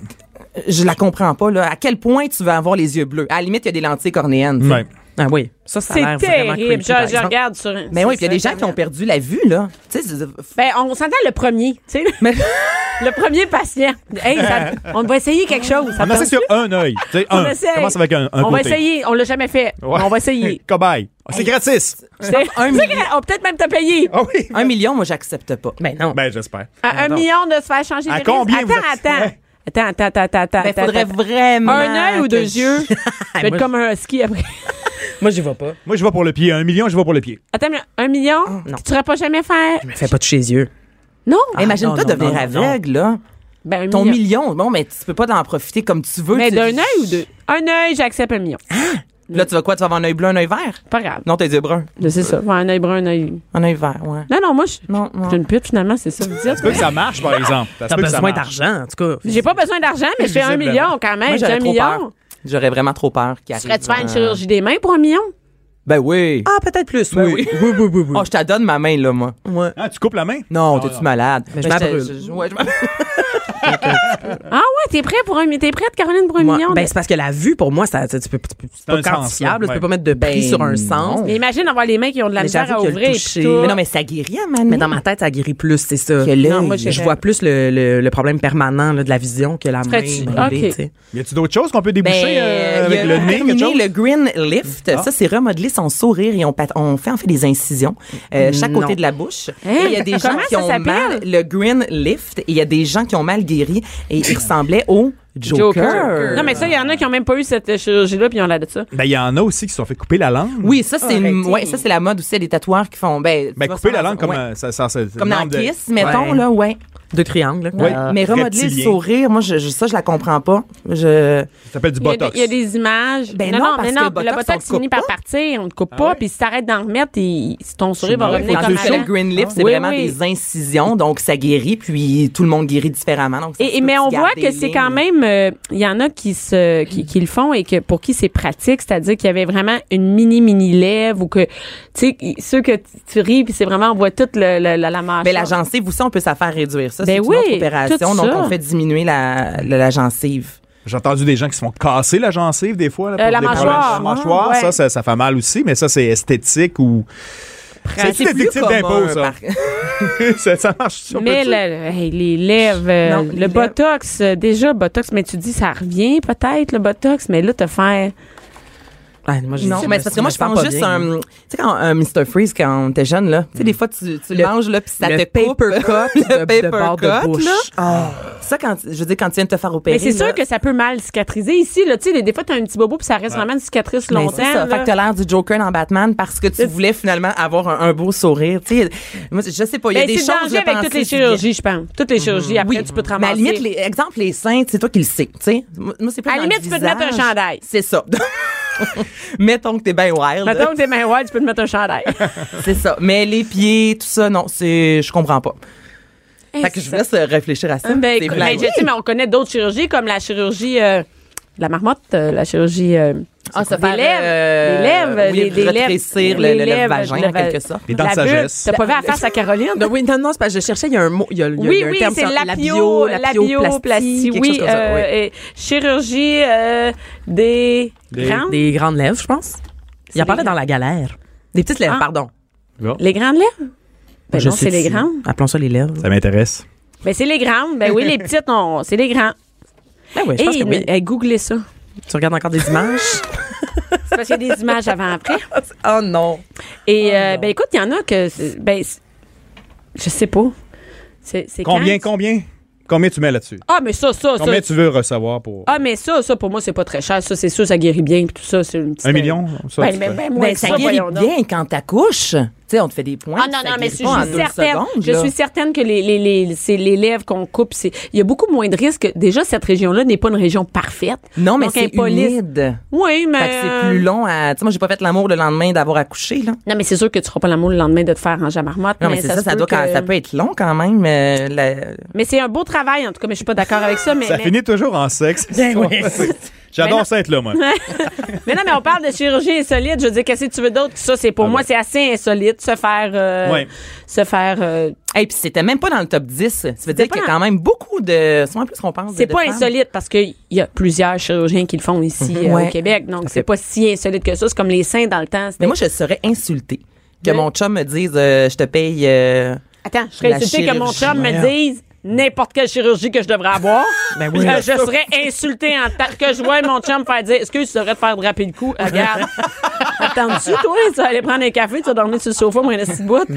je la comprends pas, là. À quel point tu veux avoir les yeux bleus? À la limite, il y a des lentilles cornéennes. tu sais.
Ouais.
Ah oui. Ça, ça a
C'est
l'air vraiment
terrible.
creepy,
Je,
par
je
exemple. Ben
regarde sur. un-
Mais oui, puis il y a des
sur
gens qui ont
Internet.
perdu la vue, là. Tu sais, c'est-
Ben, on s'entend le premier, tu sais.
Mais-
Le premier patient. Hey, ça- on va essayer quelque chose. ça
On essaie
tente-tu?
sur un œil. Tu sais, un.
essaie.
Commence avec un, un
on va
côté.
essayer. On l'a jamais fait.
Ouais.
On va essayer.
[LAUGHS] Cobaye. C'est gratis.
C'est-
un
c'est
million.
gra- On va peut-être même te payer.
Ah oui.
un million, moi, j'accepte pas.
Mais Ah, non.
Ben, j'espère.
À un
Pardon.
million de se faire changer
À
de
combien
Attends,
vous êtes-
attends.
Ouais.
attends. Attends, attends, attends, attends.
Ben, faudrait
attends.
vraiment.
Un œil ou
que
deux
je- [LAUGHS]
yeux. Je vais être
Ben, Moi,
comme un ski après.
Moi, j'y vais pas.
Moi, je vais pour le pied. Un million, je vais pour le pied.
Attends, mais un million,
Ah, non.
tu ne pas jamais faire.
Fais pas toucher les yeux. Ah,
Non.
Imagine-toi
non, non,
devenir
non, non, non.
aveugle, là.
Ben, un
Ton
million.
million, bon, mais tu peux pas en profiter comme tu veux.
Mais
tu-
d'un œil ou deux? Un œil, j'accepte un million.
Là, tu vas quoi? Tu vas avoir un œil bleu, un œil vert?
Pas grave.
Non, t'as les yeux bruns.
Là, C'est ça. Ouais, Un œil brun, un œil.
Un œil vert, ouais.
Non, non, moi, je
Non, non.
je suis une pute, finalement, c'est
[LAUGHS]
ça. vous dites.
Tu peux que ça marche, par exemple. Ça se
T'as
peut que ça
besoin
marche.
d'argent, en tout cas.
J'ai pas besoin d'argent, mais je fais un
Visiblement.
million quand même.
Moi,
J'ai
j'aurais
un
trop
million.
peur. J'aurais vraiment trop peur qu'il arrive.
Ferais-tu faire une
euh,
chirurgie des mains pour un million?
Ben oui.
Ah, peut-être plus. Oui, oui, oui, oui. oui, oui.
Oh, je te donne ma main, là, moi.
Ouais.
Ah, tu coupes la main?
Non,
Non,
t'es-tu
non.
malade?
Mais Ben, je
j'étais-
m'abrûle. [LAUGHS]
je- ouais, je m'abrûle.
Ah ouais, t'es prêt pour un mi- T'es prête, Caroline, pour un
Moi,
million?
ben,
de-
c'est parce que la vue, pour moi, ça, tu tu peux, tu peux- c'est
un
pas
sens, là,
quantifiable. Tu
ouais.
peux pas mettre de prix
Ben
sur un
non.
sens.
Mais imagine avoir les mains qui ont de la
Mais
misère à
j'avoue que le
ouvrir. et
toucher-
tout.
Mais non, mais ça guérit, à man.
Mais hein, dans ma tête, ça guérit plus, c'est ça.
Que l'œil.
Non, moi,
Je
je, vois plus le, le, le problème permanent là, de la vision que la main.
Ferais-tu-
brûlée,
Ok.
tu sais.
Y a-tu d'autres choses qu'on peut
Ben,
déboucher euh,
Ben, il y
avec
a
le nez? quelque
terminé
chose? Ah.
le Green Lift, ça c'est remodeler son sourire et on, pat- on fait on fait des incisions euh, chaque
Mm, Non. Hein?
côté de la bouche.
Hey,
il y
[LAUGHS]
a des gens
comment
qui
ça
ont
s'appelle?
mal le Green Lift et il y a des gens qui ont mal guéri et ils ressemblaient au Joker.
Non, mais ça, il y en a qui ont même pas eu cette euh, chirurgie-là, puis ils ont l'air de ça.
Ben, y en a aussi qui se sont fait couper la langue.
Oui, ça c'est une-
Arrêtez.
ouais, ça c'est la mode aussi il y a des tatoueurs qui font ben, tu
Ben,
vas
couper la
savoir-
langue comme,
ouais.
euh, ça, ça, ça-
comme
le
dans
nombre de-
Kiss, mettons
Ouais.
là, ouais.
Deux triangles. là.
Ouais.
Ah.
Mais remodeler le
reptilien.
sourire, moi je, je- ça je la comprends pas. Je
Ça s'appelle du
Il y, a des,
botox.
il y a des images.
Ben non, parce
mais
que le botox,
le
on
botox
le coupe
finit par
pas. Ah
partir. On ne coupe pas, puis si t'arrêtes d'en remettre, il- ton sourire va
marrant.
revenir
Dans
comme
le
show
avant.
show Green Lift, c'est
Oui,
vraiment
oui.
des incisions, donc ça guérit, puis tout le monde guérit différemment. Donc ça se
Et, et-
peut
mais
que
on
tu
voit
gardes
que
des
c'est
lignes.
quand même, euh, il y en a qui se, qui, qui le font et que pour qui c'est pratique, c'est-à-dire qu'il y avait vraiment une mini mini lèvre ou que, tu sais, ceux que tu- tu ris puis c'est vraiment on voit toute le, le- la la mâchoire.
Mais Ben, la gencive aussi, on peut s'en faire réduire. Ça,
Ben
c'est
oui,
une autre opération.
tout
Donc,
ça.
on fait diminuer la, la, la gencive.
J'ai entendu des gens qui se font casser la gencive des fois. là, pour
Euh, la
des
mâchoire.
problèmes de mâchoire,
Ouais.
ça, ça, ça fait mal aussi, mais ça, c'est esthétique ou. [LAUGHS] C'est-tu détective d'impôt, ça?
par-
ça, ça marche sur
mais
le...
le- hey, les lèvres, euh,
Non,
le
les lèvres.
botox, euh, déjà botox, mais tu dis ça revient peut-être le botox, mais là te faire
Ah, moi, j'ai-
Non,
je
mais
me-
c'est parce que moi,
me
je
sens
pense
pas
juste
bien. Mm.
un. Tu sais, quand un Mr. Freeze, quand t'es jeune, là, tu sais, des fois, tu, tu
Le-
le manges, là, puis ça
le
te coupe.
paper
[LAUGHS]
cut
Le
de, de
paper
bord de
cut,
bouche.
là.
Ah.
Ça, quand, je veux dire, quand tu viens de te faire opérer.
Mais c'est sûr
là, Ben,
que ça peut mal cicatriser ici. Là, tu sais, des- des fois, t'as un petit bobo puis ça reste vraiment une cicatrice
Mais
longtemps.
c'est ça.
là.
Fait que t'as l'air du Joker dans Batman parce que tu voulais finalement avoir un, un beau sourire. Tu sais, moi, je sais pas, il y a
Ben,
des
c'est
choses.
le danger
de
avec
penser
toutes les
du bien.
chirurgies, je pense. Toutes les chirurgies, après, tu peux te
Mais à
ramasser.
la limite, les, exemple, les seins, c'est toi qui le sais, tu sais. Moi, moi, c'est plus
À la
dans le
limite, tu peux te
visage.
mettre un chandail.
C'est ça. [LAUGHS] Mettons que t'es bien wild.
Mettons que t'es mains wild, tu peux te mettre
[LAUGHS]
un chandail.
C'est ça. Mais les pieds, tout ça, non, c'est, je comprends pas. fait que je vous laisse euh, réfléchir à ça.
Ben,
C'est
écoute,
plein.
ben, je sais, mais on connaît d'autres chirurgies comme la chirurgie euh, de la marmotte, euh, la chirurgie euh,
Ah, ça
des
fait,
lèvres,
euh,
des lèvres,
oui,
les- des lèvres,
rétrécir le-
les
le- le
lèvres,
vagin,
le
en
va-
quelque sorte.
Les dents de
la bulle.
sagesse.
T'as pas vu la face à Caroline?
Non, oui, non, non, c'est parce que je cherchais, il y a un mot, il y a, il y a- il
Oui,
y a un
oui,
terme
c'est
sur
la bio, la bioplastie,
quelque
oui,
chose comme ça,
euh, et chirurgie euh, des
Des-
grandes,
Des grandes lèvres, je pense. Il en
les
parlait dans la galère. Des petites lèvres,
Ah.
pardon.
les grandes lèvres. Ben
Je
non,
sais
c'est les
plus.
grandes.
Appelons ça les lèvres.
Ça m'intéresse.
Ben c'est les grandes.
[LAUGHS]
Ben oui, les petites, non, c'est les grandes.
Ben oui, je pense
Et
que oui.
googlez ça.
Tu regardes encore des images?
[LAUGHS] C'est parce qu'il y a des images avant-après. Ah,
oh non.
Et
Oh,
euh, ben écoute, il y en a que c'est- ben c'est- je sais pas. C'est c'est
Combien,
quand?
combien? Combien tu mets là-dessus?
Ah mais ça ça ça.
Combien tu veux recevoir pour.
Ah mais ça ça pour moi c'est pas très cher, ça c'est sûr ça guérit bien puis tout ça, c'est une petite
Un million? Ça,
Ben,
tu
ben,
fais.
ben, moins
Ben,
que
ça
ça,
guérit
voyons donc.
bien quand t'accouches. Tu sais, on te fait des points.
Ah non,
ça
non, mais
guérit
je suis
pas en deux
certaine.
secondes,
je
là.
suis certaine que les, les, les, c'est les lèvres qu'on coupe, c'est- il y a beaucoup moins de risques. Déjà, cette région-là n'est pas une région parfaite.
Non, mais
Donc,
c'est
elle est pas lisse.
humide.
Oui, mais.
Fait que c'est plus
euh,
long à. Tu sais, moi, j'ai pas fait l'amour le lendemain d'avoir accouché, là.
Non, mais c'est sûr que tu feras pas l'amour le lendemain de te faire ranger à marmotte.
Non, mais, c'est ça, ça,
se
doit quand-
que-
ça peut être long quand même. euh, la-
Mais c'est un beau travail, en tout cas, mais je suis pas d'accord avec ça. Mais,
Ça
ben,
mais-
finit toujours
[LAUGHS]
en sexe. [LAUGHS] J'adore
Ben non.
ça être là, moi.
mais non, mais on parle de chirurgie insolite. Je veux dire, qu'est-ce que tu veux d'autre? que Ça, c'est pour
Ah
moi,
ouais.
c'est assez insolite, se faire. euh,
Ouais.
Se faire. euh,
Hey, puis c'était même pas dans le top 10. Ça veut dire
pas
qu'il y a
dans-
quand même beaucoup de. C'est moins plus qu'on pense.
C'est
de- de
pas
femmes. Mhm.
insolite parce qu'il y a plusieurs chirurgiens qui le font ici euh,
Ouais.
au Québec. Donc,
fait-
c'est pas si insolite que ça. C'est comme les seins dans le temps. c'était-
Mais moi, je serais insultée que
Mais-
mon chum me dise euh, je te paye. euh,
Attends, je serais
La
insultée que mon
chirurgie.
chum me dise n'importe quelle chirurgie que je devrais
[LAUGHS]
avoir.
Ben oui.
Euh, je serais insultée en tant que je vois mon chum faire dire Excuse, tu devrais te faire draper le
[LAUGHS]
cou. Regarde. Attends-tu, toi, tu vas aller prendre un café, tu vas dormir sur le sofa, moi, rester de boîte.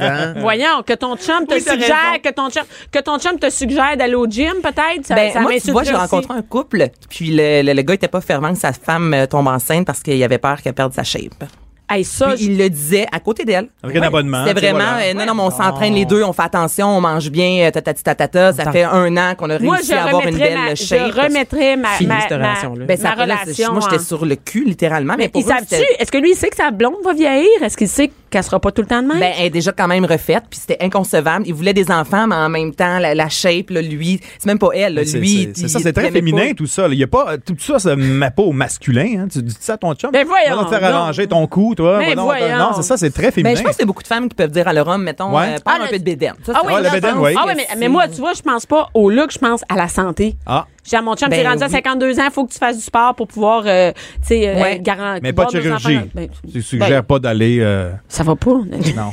hein.
[LAUGHS] Voyons, que ton chum te
Oui, t'as
suggère,
raison.
que ton chum, que ton chum te suggère d'aller au gym, peut-être. Ça,
Ben,
ça
moi, tu
m'insulterait
vois, j'ai
aussi.
rencontré un couple, puis le, le- le gars était pas fervent que sa femme euh, tombe enceinte parce qu'il avait peur qu'elle perde sa shape.
Hey, ça,
Puis il le disait à côté d'elle.
Avec un abonnement,
C'est
tu sais,
vraiment,
voilà.
euh, non, non, mais on s'entraîne
Oh.
les deux, on fait attention, on mange bien, euh, tatati tatata. Ça fait un an qu'on a réussi
moi, je
à avoir une
remettrais
belle
ma, je
shape.
remettrais ma,
Fini
ma-
cette
ma-
relation-là.
Ben,
ma
ça, là, c'est-
relation.
moi, j'étais
en-
sur le cul, littéralement. Mais,
Mais
pour
ils
eux,
savent-tu?
c'était-
Est-ce que lui, il sait que sa blonde va vieillir? Est-ce qu'il sait qu'elle sera pas tout le temps de même?
Ben, elle est déjà quand même refaite, puis c'était inconcevable. Il voulait des enfants, mais en même temps, la, la shape, là, lui, c'est même pas elle, là,
Mais c'est-
lui.
c'est-
il-
c'est ça,
il
c'est très
l'aimait
féminin
pas.
tout ça. là. Il y a pas euh, tout ça, c'est ma peau masculin. hein. Tu dis ça à ton chum.
Mais
Ben,
voyons
Va donc te faire
donc.
arranger ton cou, toi.
Mais
Va donc-
voyons.
Non, c'est ça, c'est très
Mais
féminin.
Ben, je pense que c'est beaucoup de femmes qui peuvent dire à leur homme, mettons,
Ouais.
euh, prends
Ah,
un
le-
peu de bédaine. Ça,
Ah
c'est-
oui,
Ouais, le
dans le
bédaine,
sens-
oui.
Ah oui, mais, mais moi, tu vois, je pense pas au look, je pense à la santé.
Ah.
J'ai à mon chum,
Ben
t'es rendu à
oui.
52 ans, faut que tu fasses du sport pour pouvoir, euh, tu sais, euh,
Ouais.
garantir.
Mais pas de chirurgie.
ben,
Tu suggères pas d'aller. euh,
ben, Ça va pas.
Non.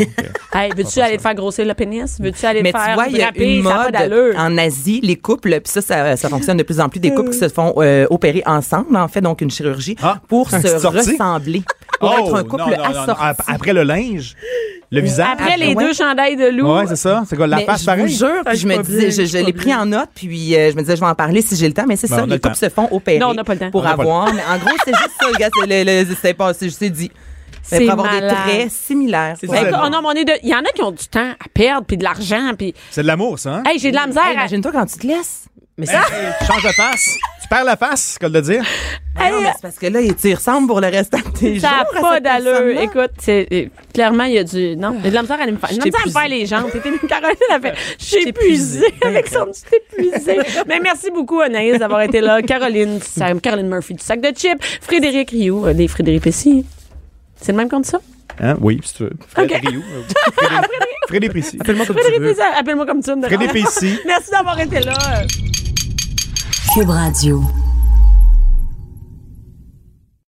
Hey, veux-tu aller te faire grossir le pénis? Veux-tu aller
Mais
te faire
tu vois, il y a
draper?
une
Ça a pas
mode
d'allure.
en Asie, les couples, puis ça, ça, ça fonctionne de plus en plus, des couples qui se font euh, opérer ensemble, en fait, donc une chirurgie,
Ah,
pour
une
se
petite sortie.
ressembler, [LAUGHS] pour être un couple
Oh, non, non, non, non.
assorti.
Ap- Après le linge, le visage.
Après les
Ah, ouais.
deux chandails de loup.
Ouais, c'est ça. C'est quoi, la
Mais
face
je vous
pareille?
jure, puis je me disais, je, je l'ai pris en note, puis euh, je me disais, je vais en parler si j'ai le temps, mais c'est
Ben, on
ça,
a
les
le temps.
couples se font opérer
Non, on n'a pas le temps.
pour
On n'a pas le
avoir. Mais en gros, c'est juste ça, le gars, c'est le, le- c'est pas, c'est juste c'est dit. Mais
C'est
pour avoir
malade.
des traits similaires.
Ben, écoute, oh non, mais on est de- Il y en a qui ont du temps à perdre, puis de l'argent, puis...
C'est de l'amour, ça. Hein?
Hey, j'ai de la misère
Hey,
à...
Imagine-toi quand tu te laisses.
Mais
Hey,
ça,
hey, change de face. Tu perds la face, c'est le dire.
Hey,
Non, mais c'est parce que là, tu y ressembles pour le restant de tes jours.
Ça
à
n'a pas
cette
d'allure.
personne-là.
Écoute, c'est- euh, clairement, il y a du. Non, j'ai de la misère à aller me faire. J'ai de la misère à me faire les jambes. T'étais une Caroline, elle
[LAUGHS]
fait. J'ai épuisé. Avec son petit épuisé. Mais merci beaucoup, Anaïs, d'avoir été là. Caroline, du sac- Caroline Murphy du sac de chips. Frédéric Rioux, euh, des Frédéric Pessy. C'est le même comme ça?
Hein? Oui, si tu veux. Fred Rioux. euh, Frédéric- Frédéric Prissy.
appelle-moi comme tu
Frédéric
veux.
Pessy, [LAUGHS] appelle-moi comme ça. me dérange.
Frédéric Prissy.
Merci d'avoir été là.
Cube Radio.